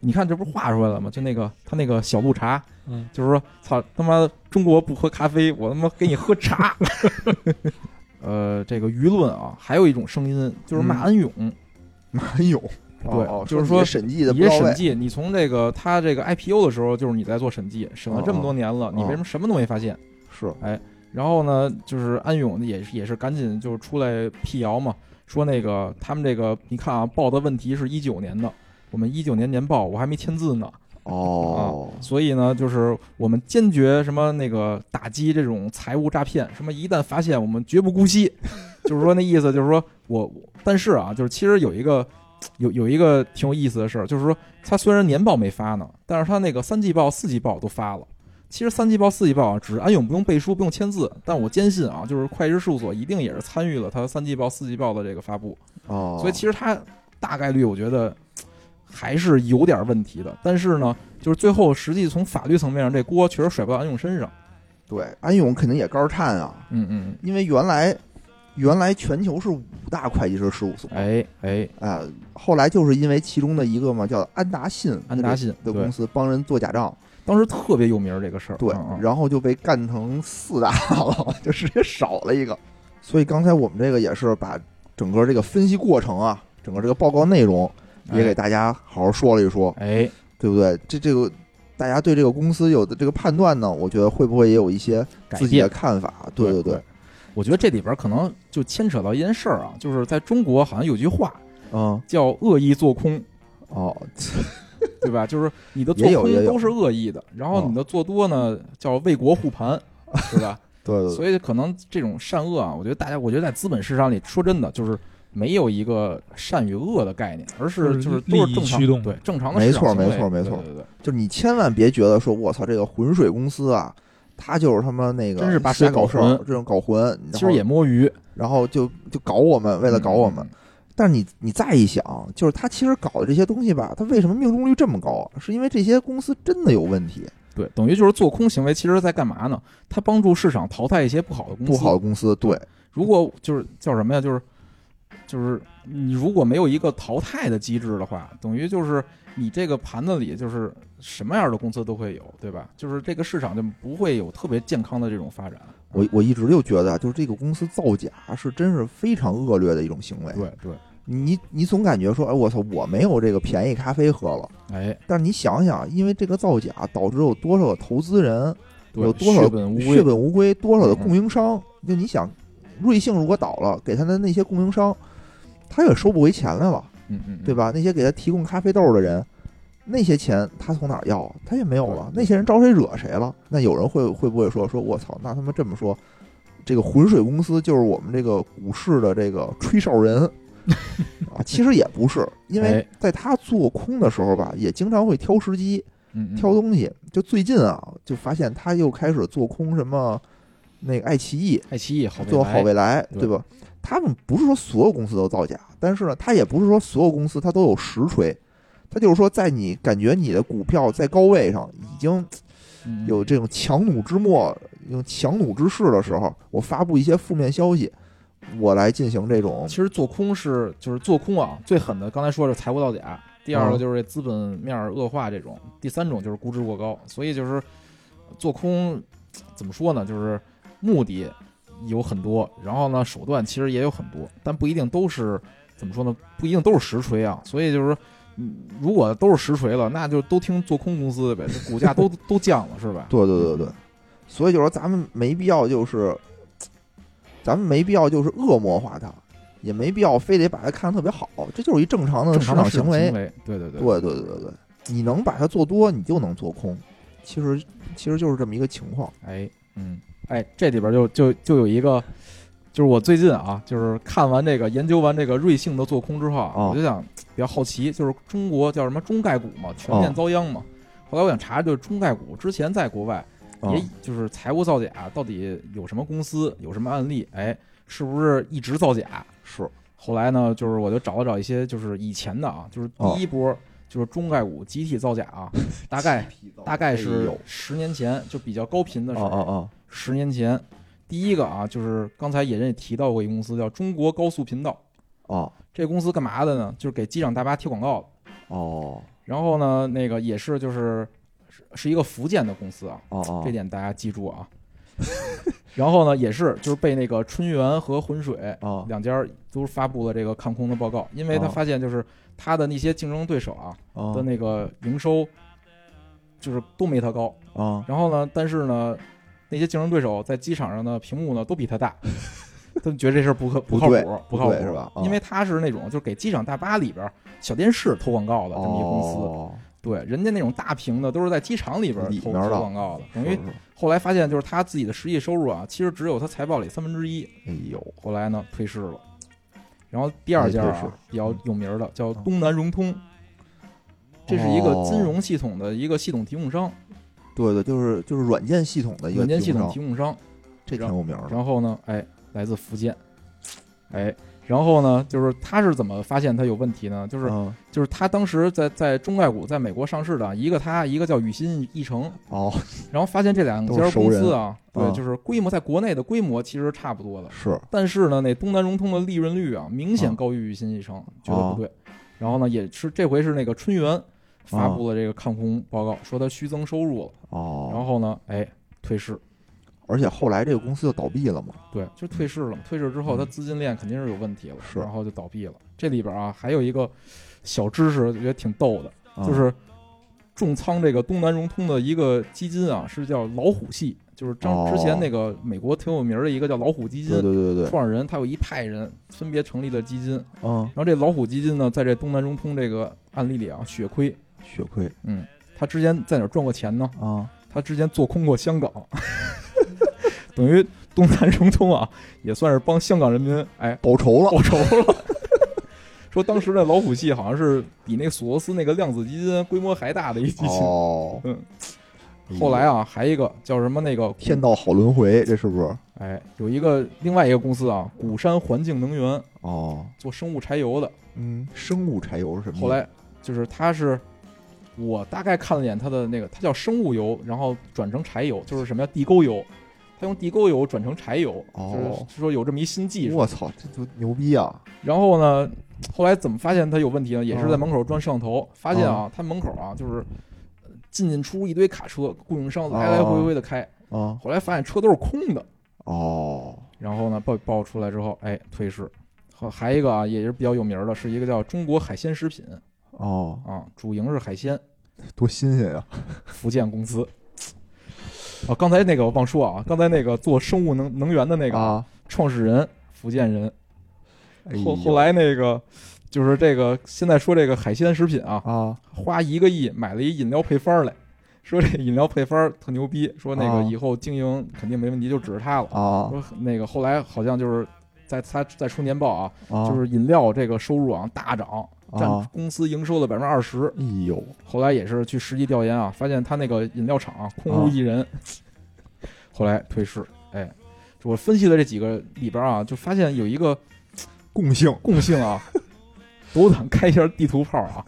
Speaker 2: 你看这不是画出来了吗？就那个他那个小绿茶，
Speaker 3: 嗯，
Speaker 2: 就是说，操他妈中国不喝咖啡，我他妈给你喝
Speaker 1: *laughs*
Speaker 2: 茶。呃，这个舆论啊，还有一种声音就是
Speaker 1: 嗯
Speaker 2: 骂安永，
Speaker 1: *laughs* 哪有？
Speaker 2: 对
Speaker 1: 哦
Speaker 2: 就是
Speaker 1: 说你
Speaker 2: 说
Speaker 1: 审计的
Speaker 2: 你
Speaker 1: 不
Speaker 2: 这
Speaker 1: 到位
Speaker 2: 审，计，你从这个他这个 IPO 的时候，就是你在做审计，审
Speaker 1: 哦
Speaker 2: 了这么多年了，你为什么什么都没发现？
Speaker 1: 是
Speaker 2: 然后呢，就是安永也是也是赶紧就是出来辟谣嘛，说那个他们这个你看啊，报的问题是一九年的，我们一九年年报我还没签字呢，啊
Speaker 1: 哦，
Speaker 2: 所以呢，就是我们坚决什么那个打击这种财务诈骗，什么一旦发现我们绝不姑息，就是说那意思就是说我，但是啊，就是其实有一个有有一个挺有意思的事儿，就是说他虽然年报没发呢，但是他那个三季报、四季报都发了。其实三季报、四季报啊，只是安永不用背书、不用签字，但我坚信啊，就是会计师事务所一定也是参与了他三季报、四季报的这个发布，
Speaker 1: 哦，
Speaker 2: 所以其实他大概率我觉得还是有点问题的。但是呢，就是最后实际从法律层面上，这锅确实甩不到安永身上。
Speaker 1: 对安永肯定也肝儿颤啊，
Speaker 2: 嗯嗯，
Speaker 1: 因为原来原来全球是五大会计师事务所，哎、
Speaker 2: 哎哎，
Speaker 1: 后来就是因为其中的一个嘛，叫安达信，
Speaker 2: 安达信
Speaker 1: 的
Speaker 2: 对
Speaker 1: 公司帮人做假账，
Speaker 2: 当时特别有名儿这个事儿。
Speaker 1: 对，
Speaker 2: 嗯嗯
Speaker 1: 然后就被干成四大了， *laughs* 就直接少了一个。所以刚才我们这个也是把整个这个分析过程啊，整个这个报告内容也给大家好好说了一说，
Speaker 2: 哎
Speaker 1: 对不对？这这个大家对这个公司有的这个判断呢，我觉得会不会也有一些
Speaker 2: 改
Speaker 1: 自己的
Speaker 2: 变。
Speaker 1: 看法？对
Speaker 2: 对
Speaker 1: 对，
Speaker 2: 我觉得这里边可能就牵扯到一件事儿啊，就是在中国好像有句话
Speaker 1: 嗯，
Speaker 2: 叫“恶意做空
Speaker 1: 哦，”，
Speaker 2: 对吧？就是你的做
Speaker 1: 也有
Speaker 2: 空
Speaker 1: 也有
Speaker 2: 都是恶意的，然后
Speaker 1: 哦
Speaker 2: 你的做多呢叫为国护
Speaker 1: *laughs*
Speaker 2: 盘，是吧？
Speaker 1: 对对对，
Speaker 2: 所以可能这种善恶啊，我觉得大家，我觉得在资本市场里，说真的，就是没有一个善与恶的概念，而是
Speaker 3: 就是
Speaker 2: 就是
Speaker 3: 利
Speaker 2: 都是
Speaker 3: 益
Speaker 2: 正常
Speaker 3: 驱动
Speaker 2: 对正常的
Speaker 1: 没
Speaker 2: 市场
Speaker 1: 错没
Speaker 2: 行为
Speaker 1: 错没错
Speaker 2: 对对对，
Speaker 1: 就是你千万别觉得说，我操，这个浑水公司啊，他就是他妈那个
Speaker 2: 真是把水
Speaker 1: 瞎
Speaker 2: 搞
Speaker 1: 搞
Speaker 2: 浑
Speaker 1: 事儿，这种搞混，然
Speaker 2: 其实嗯
Speaker 1: 后
Speaker 2: 也摸鱼，
Speaker 1: 然后就就搞我们，为了搞我们。但是你你再一想，就是他其实搞的这些东西吧，他为什么命中率这么高啊？是因为这些公司真的有问题，
Speaker 2: 对，等于就是做空行为，其实在干嘛呢？它帮助市场淘汰一些不好的公司。嗯
Speaker 1: 不好的公司对
Speaker 2: 如果就是叫什么呀？就是就是你如果没有一个淘汰的机制的话，等于就是你这个盘子里就是什么样的公司都会有，对吧？就是这个市场就不会有特别健康的这种发展。
Speaker 1: 我我一直就觉得啊，就是这个公司造假是真是非常恶劣的一种行为。
Speaker 2: 对对，
Speaker 1: 你你总感觉说，哎，我操，我没有这个便宜咖啡喝了。
Speaker 2: 哎，
Speaker 1: 但是你想想，因为这个造假导致有多少投资人
Speaker 2: 对
Speaker 1: 有多少
Speaker 2: 血本无嗯
Speaker 1: 血
Speaker 2: 归？
Speaker 1: 本无归，多少的供应商？就你想，瑞幸如果倒了，给他的那些供应商，他也收不回钱来了，
Speaker 2: 嗯嗯，
Speaker 1: 对
Speaker 2: 吧？
Speaker 1: 吧？那些给他提供咖啡豆的人，那些钱他从哪儿要？啊他也没有了。
Speaker 2: 对
Speaker 1: 那些人招谁惹谁了？那有人会会不会说说我操？那他妈这么说，这个浑水公司就是我们这个股市的这个吹哨人 *laughs* 啊？其实也不是，因为
Speaker 2: 哎
Speaker 1: 在他做空的时候吧，也经常会挑时机。
Speaker 2: 嗯，嗯
Speaker 1: 挑东西。就最近啊，就发现他又开始做空什么那个爱奇艺，
Speaker 2: 爱奇艺好未来
Speaker 1: 做好未来，
Speaker 2: 对
Speaker 1: 对吧？他们不是说所有公司都造假，但是呢，他也不是说所有公司它都有实锤，他就是说，在你感觉你的股票在高位上已经
Speaker 2: 嗯嗯
Speaker 1: 有这种强弩之末、用强弩之势的时候，我发布一些负面消息，我来进行这种
Speaker 2: 其实做空是就是做空啊，最狠的刚才说是财务造假，第二个
Speaker 1: 嗯
Speaker 2: 就是这资本面儿恶化这种，第三种就是估值过高。所以就是做空怎么说呢？就是目的有很多，然后呢手段其实也有很多，但不一定都是怎么说呢？不一定都是实锤啊。所以就是。嗯如果都是实锤了，那就都听做空公司的呗，这股价都 *laughs* 都降了是吧？
Speaker 1: 对对对
Speaker 2: 嗯
Speaker 1: 对，所以就说咱们没必要就是，咱们没必要就是恶魔化它，也没必要非得把它看得特别好，这就是一正常的
Speaker 2: 正
Speaker 1: 市
Speaker 2: 常的
Speaker 1: 场
Speaker 2: 市场
Speaker 1: 行为。
Speaker 2: 为，对对对，
Speaker 1: 对对对对对，你能把它做多，你就能做空。其实其实就是这么一个情况。
Speaker 2: 哎，嗯，哎，这里边就就就有一个，就是我最近啊，就是看完这个研究完这个瑞幸的做空之后啊，
Speaker 1: 哦
Speaker 2: 我就想比较好奇，就是中国叫什么中概股嘛，全
Speaker 1: 哦
Speaker 2: 面遭殃嘛。后来我想查，就是中概股之前在国外，
Speaker 1: 哦
Speaker 2: 也
Speaker 1: 啊
Speaker 2: 就是财务造假，到底有什么公司，有什么案例？哎，是不是一直造假？
Speaker 1: 是
Speaker 2: 后来呢，就是我就找了找一些就是以前的啊，就是
Speaker 1: 哦
Speaker 2: 第一波就是中概股集体造假啊，大概大概
Speaker 1: 哎
Speaker 2: 是
Speaker 1: 呦
Speaker 2: 十年前就比较高频的时
Speaker 1: 哦
Speaker 2: 候，
Speaker 1: 哦哦，
Speaker 2: 十年前，第一个啊，就是刚才野人也提到过一个公司叫中国高速频道，
Speaker 1: 哦
Speaker 2: 这公司干嘛的呢？就是给机场大巴贴广告的。
Speaker 1: 哦
Speaker 2: 然后呢，那个也是就是是是一个福建的公司啊，
Speaker 1: 哦哦，
Speaker 2: 这点大家记住啊。 *laughs* 然后呢，也是就是被那个春源和浑水
Speaker 1: 啊
Speaker 2: 两家都发布了这个看空的报告，因为他
Speaker 1: 哦
Speaker 2: 发现就是他的那些竞争对手啊
Speaker 1: 啊
Speaker 2: 的那个营收就是都没他高，
Speaker 1: 啊
Speaker 2: 然后呢，但是呢，那些竞争对手在机场上的屏幕呢都比他
Speaker 1: *laughs*
Speaker 2: 大，他们觉得这事儿不可
Speaker 1: 不
Speaker 2: 靠
Speaker 1: 对
Speaker 2: 谱，
Speaker 1: 不
Speaker 2: 不靠谱
Speaker 1: 对是吧啊
Speaker 2: 因为他是那种就是给机场大巴里边儿小电视投广告的这么一公司，
Speaker 1: 啊哦
Speaker 2: 对，人家那种大屏的都是在机场里边儿
Speaker 1: 里
Speaker 2: 投
Speaker 1: 面
Speaker 2: 投
Speaker 1: 的
Speaker 2: 广告的，等
Speaker 1: 是
Speaker 2: 于
Speaker 1: 是
Speaker 2: 后来发现就是他自己的实际收入啊，其实只有他财报里三分之一，
Speaker 1: 哎呦
Speaker 2: 后来呢退市了。然后第二家
Speaker 1: 哎退市嗯
Speaker 2: 啊比较有名儿的叫东南融通，这是一个
Speaker 1: 哦
Speaker 2: 金融系统的一个系统提供商，
Speaker 1: 对对，就是就是软件系统的一个
Speaker 2: 软件
Speaker 1: 提
Speaker 2: 系
Speaker 1: 供
Speaker 2: 统
Speaker 1: 商
Speaker 2: 提供商。
Speaker 1: 这挺有名的。
Speaker 2: 然后呢，哎，来自福建，哎，然后呢，就是他是怎么发现他有问题呢？就是
Speaker 1: 嗯
Speaker 2: 就是他当时在在中概股在美国上市的，一个他，一个叫宇新一成，
Speaker 1: 哦
Speaker 2: 然后发现这两
Speaker 1: 都
Speaker 2: 家
Speaker 1: 是熟
Speaker 2: 公
Speaker 1: 人
Speaker 2: 司啊，对，
Speaker 1: 啊
Speaker 2: 就是规模在国内的规模其实差不多的，
Speaker 1: 是嗯
Speaker 2: 但是呢，那东南融通的利润率啊，明显高于宇新一成，
Speaker 1: 哦
Speaker 2: 觉得不对。然后呢，也是这回是那个春源发布了这个看空报告，说他虚增收入了，
Speaker 1: 哦，
Speaker 2: 然后呢，哎，退市。
Speaker 1: 而且后来这个公司就倒闭了嘛。
Speaker 2: 对，就退市了嘛。退市之
Speaker 1: 嗯
Speaker 2: 后，它资金链肯定是有问题了，
Speaker 1: 是
Speaker 2: 然后就倒闭了。这里边啊，还有一个小知识，我觉得挺逗的，
Speaker 1: 啊
Speaker 2: 就是重仓这个东南融通的一个基金啊，是叫老虎系，就是张
Speaker 1: 哦
Speaker 2: 之前那个美国挺有名的一个叫老虎基
Speaker 1: 对
Speaker 2: 金
Speaker 1: 对对对对，
Speaker 2: 创始人，他有一派人分别成立了基金。
Speaker 1: 嗯，
Speaker 2: 然后这老虎基金呢，在这东南融通这个案例里啊，血亏。
Speaker 1: 血亏
Speaker 2: 嗯，他之前在哪儿赚过钱呢？
Speaker 1: 啊，
Speaker 2: 他之前做空过香港， *laughs* 等于东南融通啊，也算是帮香港人民哎
Speaker 1: 报仇了。
Speaker 2: 报仇了。 *laughs* 说当时那老虎系好像是比那索罗斯那个量子基金规模还大的一基金，
Speaker 1: 哦，
Speaker 2: 嗯， *laughs* 后来啊，还一个叫什么那个
Speaker 1: 天道好轮回，这是不是？
Speaker 2: 哎，有一个另外一个公司啊，鼓山环境能源
Speaker 1: 哦，
Speaker 2: 做生物柴油的，
Speaker 1: 嗯，生物柴油是什么意思？
Speaker 2: 后来就是它是。我大概看了一眼它的那个，它叫生物油，然后转成柴油，就是什么叫地沟油，它用地沟油转成柴油，
Speaker 1: 哦
Speaker 2: 就是说有这么一新技术。
Speaker 1: 我操，这都牛逼啊！
Speaker 2: 然后呢，后来怎么发现它有问题呢？也是在门口装摄像头，发现啊，它门口啊就是进进出出一堆卡车，供应商来来回回的开，
Speaker 1: 啊，
Speaker 2: 后来发现车都是空的。
Speaker 1: 哦，
Speaker 2: 然后呢，报报出来之后，哎，退市。还还一个啊，也是比较有名儿的，是一个叫中国海鲜食品
Speaker 1: 哦，
Speaker 2: 啊，主营是海鲜，
Speaker 1: 多新鲜呀！
Speaker 2: 福建公司。啊，刚才那个我忘说啊，刚才那个做生物能能源的那个
Speaker 1: 啊，
Speaker 2: 创始人，福建人。
Speaker 1: 哎呦
Speaker 2: 后后来那个就是这个，现在说这个海鲜食品啊，
Speaker 1: 啊，
Speaker 2: 花一个亿买了一饮料配方儿来，说这饮料配方儿特牛逼，说那
Speaker 1: 啊
Speaker 2: 个以后经营肯定没问题，就指着它了。
Speaker 1: 啊
Speaker 2: 说那个后来好像就是在他在出年报啊，
Speaker 1: 啊，
Speaker 2: 就是饮料这个收入啊大涨，占
Speaker 1: 啊，
Speaker 2: 公司营收的百分之二十。
Speaker 1: 哎呦，
Speaker 2: 后来也是去实地调研啊，发现他那个饮料厂啊、空无一人，
Speaker 1: 啊
Speaker 2: 后来退市。哎，就我分析的这几个里边啊，就发现有一个
Speaker 1: 共性
Speaker 2: 共性
Speaker 1: *laughs*
Speaker 2: 啊，斗胆开一下地图炮啊，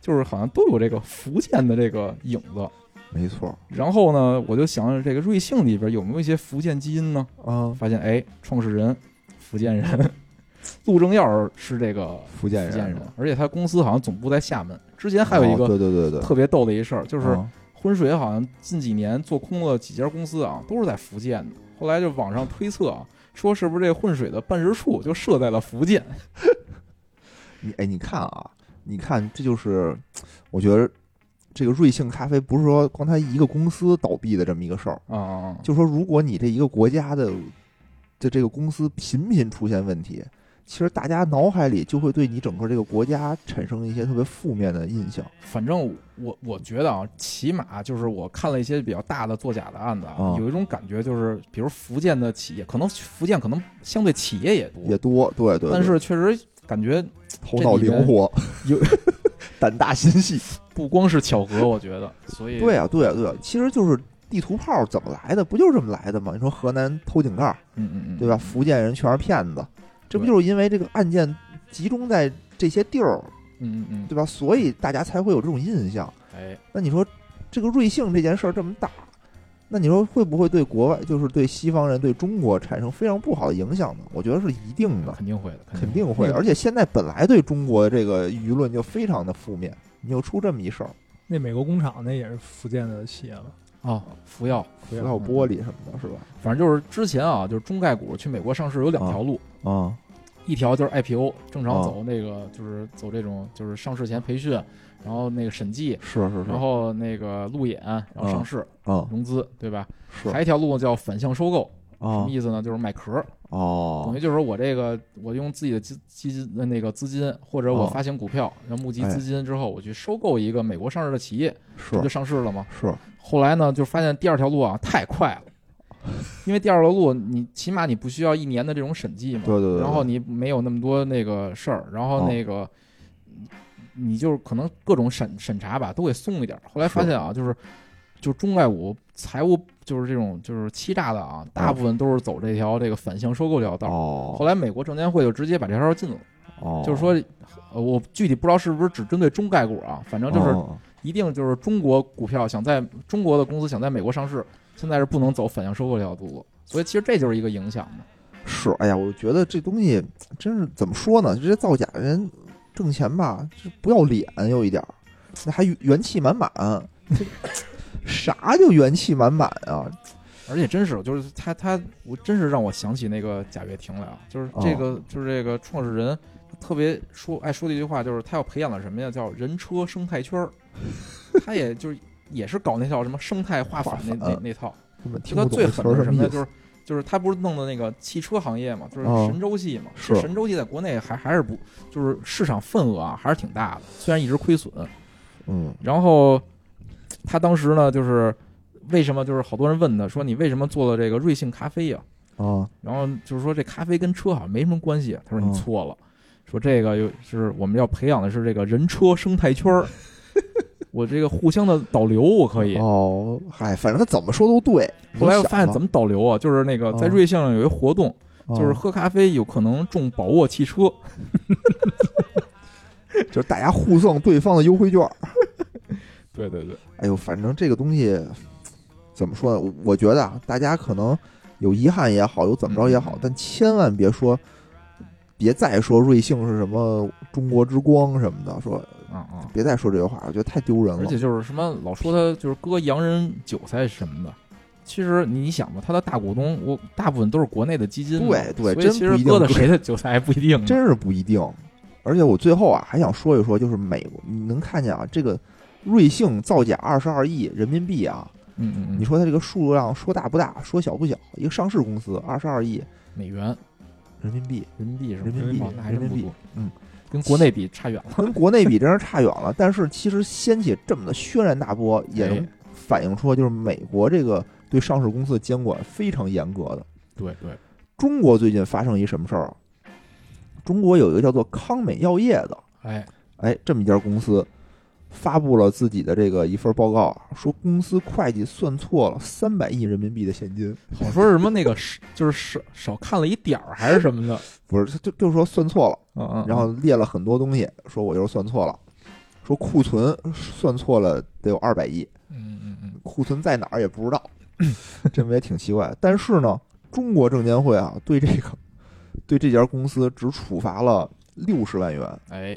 Speaker 2: 就是好像都有这个福建的这个影子。
Speaker 1: 没错，
Speaker 2: 然后呢，我就想这个瑞幸里边有没有一些福建基因呢？
Speaker 1: 啊，
Speaker 2: 发现哎，创始人福
Speaker 1: *laughs*
Speaker 2: 建人，陆正耀是这个
Speaker 1: 福建
Speaker 2: 福
Speaker 1: 人，啊
Speaker 2: 建人，而且他公司好像总部在厦门。之前还有一
Speaker 1: 哦
Speaker 2: 个
Speaker 1: 对对对对，
Speaker 2: 特别逗的一事儿，就是
Speaker 1: 啊
Speaker 2: 浑水好像近几年做空了几家公司啊，都是在福建的。后来就网上推测啊，说是不是这浑水的办事处就设在了福建？
Speaker 1: 你哎，你看啊，你看，这就是我觉得这个瑞幸咖啡不是说光它一个公司倒闭的这么一个事儿，
Speaker 2: 啊、
Speaker 1: 就说如果你这一个国家的的这个公司频频出现问题，其实大家脑海里就会对你整个这个国家产生一些特别负面的印象。
Speaker 2: 反正我我觉得啊，起码就是我看了一些比较大的作假的案子啊，
Speaker 1: 啊
Speaker 2: 有一种感觉就是，比如福建的企业，可能福建可能相对企业也多，
Speaker 1: 也多，对对对
Speaker 2: 但是确实感觉
Speaker 1: 头脑灵
Speaker 2: *laughs*
Speaker 1: 活，
Speaker 2: 这里面
Speaker 1: 胆大心细。
Speaker 2: 不光是巧合，我觉得，所以
Speaker 1: 对啊，对啊，对啊，其实就是地图炮怎么来的，不就是这么来的吗？你说河南偷井盖儿，
Speaker 2: 嗯嗯嗯，
Speaker 1: 对吧？福建人全是骗子，这不
Speaker 2: 对
Speaker 1: 就是因为这个案件集中在这些地儿，
Speaker 2: 嗯嗯嗯，
Speaker 1: 对吧？所以大家才会有这种印象。
Speaker 2: 哎，
Speaker 1: 那你说这个瑞幸这件事儿这么大，那你说会不会对国外，就是对西方人、对中国产生非常不好的影响呢？我觉得是一定的，
Speaker 2: 肯定会的，
Speaker 1: 肯
Speaker 2: 定
Speaker 1: 定会。
Speaker 3: 那个
Speaker 1: 而且现在本来对中国的这个舆论就非常的负面，你又出这么一事儿，
Speaker 3: 那美国工厂那也是福建的企业吧？
Speaker 2: 会啊，福耀，
Speaker 3: 福
Speaker 1: 不
Speaker 3: 耀
Speaker 1: 要
Speaker 2: 嗯
Speaker 1: 玻璃什么的，是吧？
Speaker 2: 反正就是之前啊，就是中概股去美国上市有两条路，
Speaker 1: 啊
Speaker 2: 一条就是 IPO，正常
Speaker 1: 啊
Speaker 2: 走那个、就是走这种就是上市前培训，然后那个审计，
Speaker 1: 是是
Speaker 2: 然后那个路演，然后上市、
Speaker 1: 嗯啊
Speaker 2: 融资，对吧？
Speaker 1: 是
Speaker 2: 还有一条路叫反向收购，什
Speaker 1: 啊
Speaker 2: 么意思呢？就是买壳，等
Speaker 1: 哦
Speaker 2: 于就是说我这个我用自己的基基金呃那个资金，或者我
Speaker 1: 哦
Speaker 2: 发行股票，然后募集资金之后，我去收购一个美国上市的企业，这
Speaker 1: 哎是
Speaker 2: 不就上市了吗？
Speaker 1: 是
Speaker 2: 后来呢，就发现第二条路啊太快了，因为第二条路你起码你不需要一年的这种审计嘛，
Speaker 1: 对对哦对
Speaker 2: 然后你没有那么多那个事儿，然后那个、你就是可能各种审审查吧都给松一点儿。后来发现啊，就是就中概股财务就是这种就是欺诈的啊，大部分都是走这条这个反向收购这条道儿。
Speaker 1: 哦
Speaker 2: 后来美国证监会就直接把这条禁了，
Speaker 1: 哦
Speaker 2: 就是说，呃，我具体不知道是不是只针对中概股啊，反正就是
Speaker 1: 哦
Speaker 2: 一定就是中国股票想在中国的公司想在美国上市，现在是不能走反向收购这条路了。所以其实这就是一个影响嘛。
Speaker 1: 是，哎呀，我觉得这东西真是怎么说呢？这些造假人挣钱吧，就是不要脸，有一点儿，那还元气满满，啥叫元气满满啊？
Speaker 2: 而且真是，就是他他，我真是让我想起那个贾跃亭来啊，就是这个、
Speaker 1: 哦
Speaker 2: 就是这个创始人特别说爱说的一句话，就是他要培养的什么呀，叫人车生态圈儿。他也就是也是搞那套什么生态化反那
Speaker 1: 化
Speaker 2: 那
Speaker 1: 反嗯
Speaker 2: 那套，
Speaker 1: 根本听
Speaker 2: 就
Speaker 1: 不
Speaker 2: 他
Speaker 1: 懂
Speaker 2: 最
Speaker 1: 这
Speaker 2: 狠
Speaker 1: 词儿
Speaker 2: 的
Speaker 1: 什
Speaker 2: 是什
Speaker 1: 么
Speaker 2: 么呢？
Speaker 1: 意
Speaker 2: 就
Speaker 1: 思
Speaker 2: 是就是他不是弄的那个汽车行业嘛，就是
Speaker 1: 哦
Speaker 2: 神州系嘛，
Speaker 1: 是
Speaker 2: 神州系在国内还还是不就是市场份额啊还是挺大的，虽然一直亏损，
Speaker 1: 嗯，
Speaker 2: 然后他当时呢，就是为什么就是好多人问他说你为什么做了这个瑞幸咖啡呀、
Speaker 1: 啊
Speaker 2: 然后就是说这咖啡跟车好像没什么关系啊。他说你
Speaker 1: 嗯
Speaker 2: 错
Speaker 1: *laughs*
Speaker 2: 了，说这个又是我们要培养的是这个人车生态圈儿。我这个互相的导流我可以。
Speaker 1: 哦，嗨，反正他怎么说都对。
Speaker 2: 后来我发现怎
Speaker 1: 么
Speaker 2: 么导流啊，就是那个在
Speaker 1: 哦
Speaker 2: 瑞幸上有一个活动，
Speaker 1: 啊
Speaker 2: 就是喝咖啡有可能中宝沃汽车，
Speaker 1: 就是大家互赠对方的优惠券。
Speaker 2: 对对对，
Speaker 1: 哎呦，反正这个东西怎么说呢？我我觉得啊，大家可能有遗憾也好，有怎么着也好，
Speaker 2: 嗯
Speaker 1: 但千万别说，别再说瑞幸是什么中国之光什么的，说
Speaker 2: 啊啊。
Speaker 1: 别再说这些话，我觉得太丢人了。
Speaker 2: 而且就是什么老说他就是割洋人韭菜什么的，其实你想吧，他的大股东我大部分都是国内的基金嘛，
Speaker 1: 对对
Speaker 2: 所以
Speaker 1: 真
Speaker 2: 其
Speaker 1: 不
Speaker 2: 实
Speaker 1: 一定
Speaker 2: 割的
Speaker 1: 割
Speaker 2: 谁的韭菜还不一定呢，
Speaker 1: 真是不一定。而且我最后啊，还想说一说，就是美国，你能看见啊，这个瑞幸造假二十二亿人民币啊，
Speaker 2: 嗯嗯嗯，
Speaker 1: 你说它这个数量说大不大，说小不小，一个上市公司二十二亿
Speaker 2: 美元
Speaker 1: 人民币，
Speaker 2: 人民币是吧？
Speaker 1: 人民
Speaker 3: 币
Speaker 2: 哇那还真
Speaker 1: 人
Speaker 2: 不
Speaker 1: 民币
Speaker 2: 多，
Speaker 1: 嗯，
Speaker 2: 跟国内比差远了，
Speaker 1: 跟国内比真是差远了。但是其实掀起这么的轩然大波，也能
Speaker 2: 哎
Speaker 1: 反映出就是美国这个对上市公司的监管非常严格的。
Speaker 2: 对对，
Speaker 1: 中国最近发生一什么事儿啊？中国有一个叫做康美药业的，
Speaker 2: 哎，
Speaker 1: 哎，这么一家公司发布了自己的这个一份报告，啊说公司会计算错了三百亿人民币的现金，
Speaker 2: 好说是什么那个是就是少少看了一点儿
Speaker 1: *laughs*
Speaker 2: 还是什么的，
Speaker 1: 不是，就就说算错了，
Speaker 2: 嗯嗯，
Speaker 1: 然后列了很多东西，说我就是算错了，说库存算错了得有二百亿，
Speaker 2: 嗯嗯嗯，
Speaker 1: 库存在哪儿也不知道， *clears throat* 这不也挺奇怪？但是呢，中国证监会啊，对这个对这家公司只处罚了六十万元，
Speaker 2: 哎，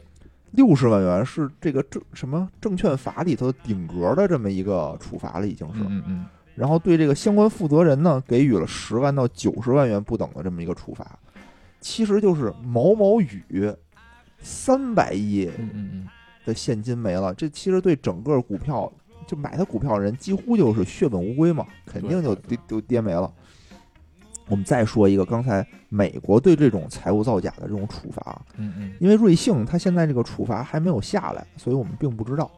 Speaker 1: 六十万元是这个证什么证券法里头顶格的这么一个处罚了，已经是。
Speaker 2: 嗯嗯，
Speaker 1: 然后对这个相关负责人呢，给予了十万到九十万元不等的这么一个处罚，其实就是毛毛雨，三百亿
Speaker 2: 嗯嗯嗯，
Speaker 1: 的现金没了，这其实对整个股票就买他股票的人几乎就是血本无归嘛，肯定就
Speaker 2: 对
Speaker 1: 跌就跌没了。我们再说一个，刚才美国对这种财务造假的这种处罚，
Speaker 2: 嗯嗯，
Speaker 1: 因为瑞幸它现在这个处罚还没有下来，所以我们并不知道。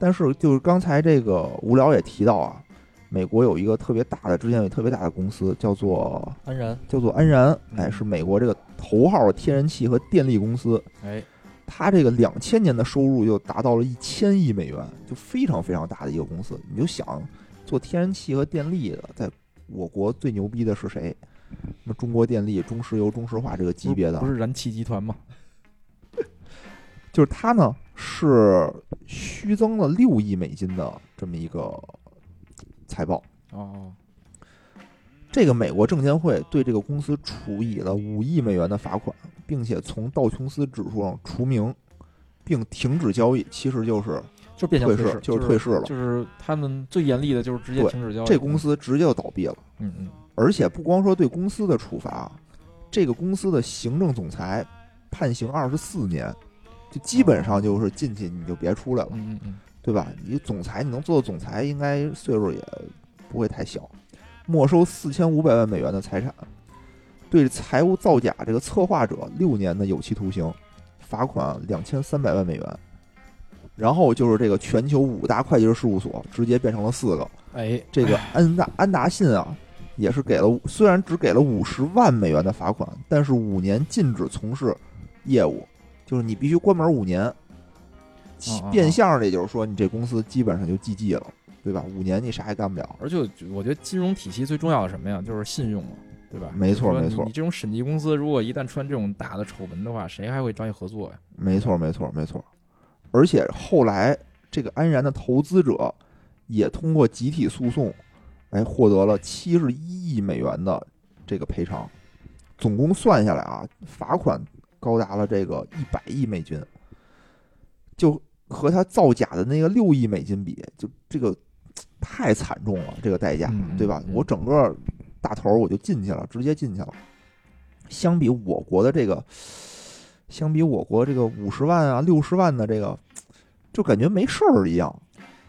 Speaker 1: 但是就是刚才这个无聊也提到啊，美国有一个特别大的，之前有一个特别大的公司叫做
Speaker 2: 安然，
Speaker 1: 叫做安然，
Speaker 2: 嗯
Speaker 1: 哎，是美国这个头号天然气和电力公司，
Speaker 2: 哎，
Speaker 1: 它这个两千年的收入就达到了一千亿美元，就非常非常大的一个公司。你就想做天然气和电力的，在我国最牛逼的是谁？那中国电力、中石油、中石化这个级别的啊
Speaker 2: 不，是燃气集团吗？
Speaker 1: 就是它呢是虚增了六亿美金的这么一个财报。
Speaker 2: 哦，
Speaker 1: 这个美国证监会对这个公司处以了五亿美元的罚款，并且从道琼斯指数上除名，并停止交易，其实就是
Speaker 2: 就变相
Speaker 1: 退
Speaker 2: 退
Speaker 1: 市，就是
Speaker 2: 是
Speaker 1: 退市了。
Speaker 2: 就是他们最严厉的就是直接
Speaker 1: 对
Speaker 2: 停止交易。
Speaker 1: 这公，司直接就倒闭了，
Speaker 2: 嗯嗯，
Speaker 1: 而且不光说对公司的处罚，啊这个公司的行政总裁判刑二十四年，就基本上就是进去你就别出来了。
Speaker 2: 嗯嗯嗯，
Speaker 1: 对吧？你总裁你能做到总裁，应该岁数也不会太小。没收四千五百万美元的财产，对财务造假这个策划者六年的有期徒刑，罚款两千三百万美元。然后就是这个全球五大会计师事务所直接变成了四个。
Speaker 2: 哎，
Speaker 1: 这个安达安达信啊，也是给了，虽然只给了五十万美元的罚款，但是五年禁止从事业务，就是你必须关门五年。其
Speaker 2: 嗯嗯
Speaker 1: 变相的，也就是说，你这公司基本上就 GG 了，对吧？五年你啥也干不了。
Speaker 2: 而且我觉我觉得金融体系最重要的什么呀，就是信用嘛，对吧？
Speaker 1: 没错
Speaker 2: 就是说
Speaker 1: 没
Speaker 2: 你
Speaker 1: 错
Speaker 2: 你这种审计公司，如果一旦出现这种大的丑闻的话，谁还会找你合作呀？
Speaker 1: 没错，没错，没错。而且后来，这个安然的投资者也通过集体诉讼，哎，获得了七十一亿美元的这个赔偿，总共算下来啊，罚款高达了这个一百亿美金，就和他造假的那个六亿美金比，就这个太惨重了，这个代价，
Speaker 2: 嗯
Speaker 1: 对吧
Speaker 2: 嗯？
Speaker 1: 我整个大头儿我就进去了，直接进去了。相比我国的这个，相比我国这个五十万啊、六十万的这个，就感觉没事儿一样。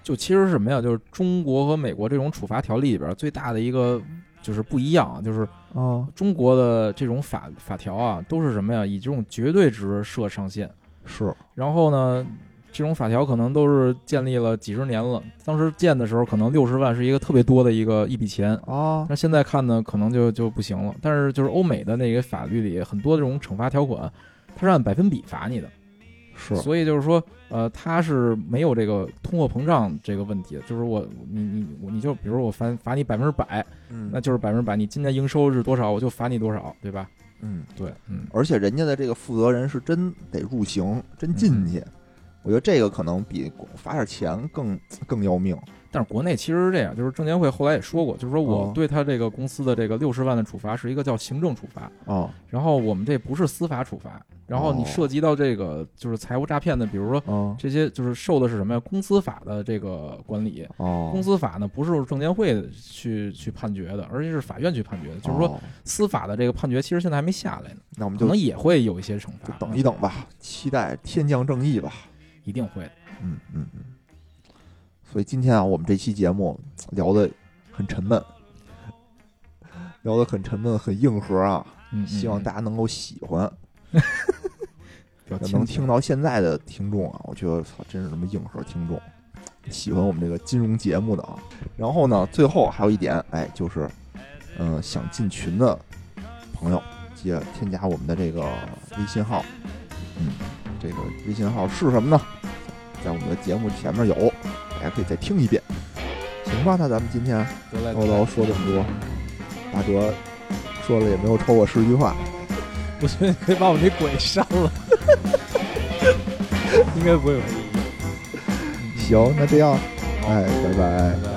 Speaker 2: 就其实是什么呀？就是中国和美国这种处罚条例里边最大的一个就是不一样啊，就是
Speaker 1: 啊，
Speaker 2: 中国的这种法法条啊，都是什么呀？以这种绝对值设上限。
Speaker 1: 是
Speaker 2: 然后呢，这种法条可能都是建立了几十年了。当时建的时候，可能六十万是一个特别多的一个一笔钱，
Speaker 1: 啊，
Speaker 2: 那现在看呢，可能就就不行了。但是就是欧美的那个法律里，很多这种惩罚条款，它是按百分比罚你的。
Speaker 1: 是
Speaker 2: 所以就是说，呃，它是没有这个通货膨胀这个问题的，就是我你你我你就比如我罚罚你百分之百，
Speaker 1: 嗯
Speaker 2: 那就是百分之百，你今年营收是多少，我就罚你多少，对吧？
Speaker 1: 嗯，
Speaker 2: 对，嗯，
Speaker 1: 而且人家的这个负责人是真得入刑，真进
Speaker 2: 嗯
Speaker 1: 去。我觉得这个可能比罚点钱更更要命。
Speaker 2: 但是国内其实是这样，就是证监会后来也说过，就是说我
Speaker 1: 哦
Speaker 2: 对他这个公司的这个六十万的处罚是一个叫行政处罚，
Speaker 1: 哦
Speaker 2: 然后我们这不是司法处罚，然后你
Speaker 1: 哦
Speaker 2: 涉及到这个就是财务诈骗的，比如说
Speaker 1: 哦
Speaker 2: 这些就是受的是什么呀？公司法的这个管理，公
Speaker 1: 哦，
Speaker 2: 司法呢不是证监会去去判决的，而且是法院去判决的，就是说
Speaker 1: 哦，
Speaker 2: 司法的这个判决其实现在还没下来呢，
Speaker 1: 那我们
Speaker 2: 可
Speaker 1: 就
Speaker 2: 能也会有一些惩
Speaker 1: 就
Speaker 2: 罚，
Speaker 1: 等一等吧，期待天降正义吧。
Speaker 2: 嗯，一定会的。
Speaker 1: 嗯嗯嗯。所以今天啊，我们这期节目聊的很沉闷，聊的很沉闷，很硬核啊。
Speaker 2: 嗯，嗯
Speaker 1: 希望大家能够喜欢，
Speaker 2: 嗯要
Speaker 1: 啊能
Speaker 2: 清醒
Speaker 1: 听到现在的听众啊，我觉得操，真是他妈硬核听众，喜欢我们这个金融节目的啊。然后呢，最后还有一点，哎，就是，嗯、想进群的朋友，记得添加我们的这个微信号，嗯，这个微信号是什么呢？在我们的节目前面有，大家可以再听一遍，行吧？那咱们今天
Speaker 2: 得嘞
Speaker 1: 叨叨说这么多，大哲说了也没有超过十句话。
Speaker 3: 我觉得你可以把我那鬼删了， *laughs* 应该不会有什么意义。
Speaker 1: 行，那这样，哎，拜拜
Speaker 3: 拜。拜。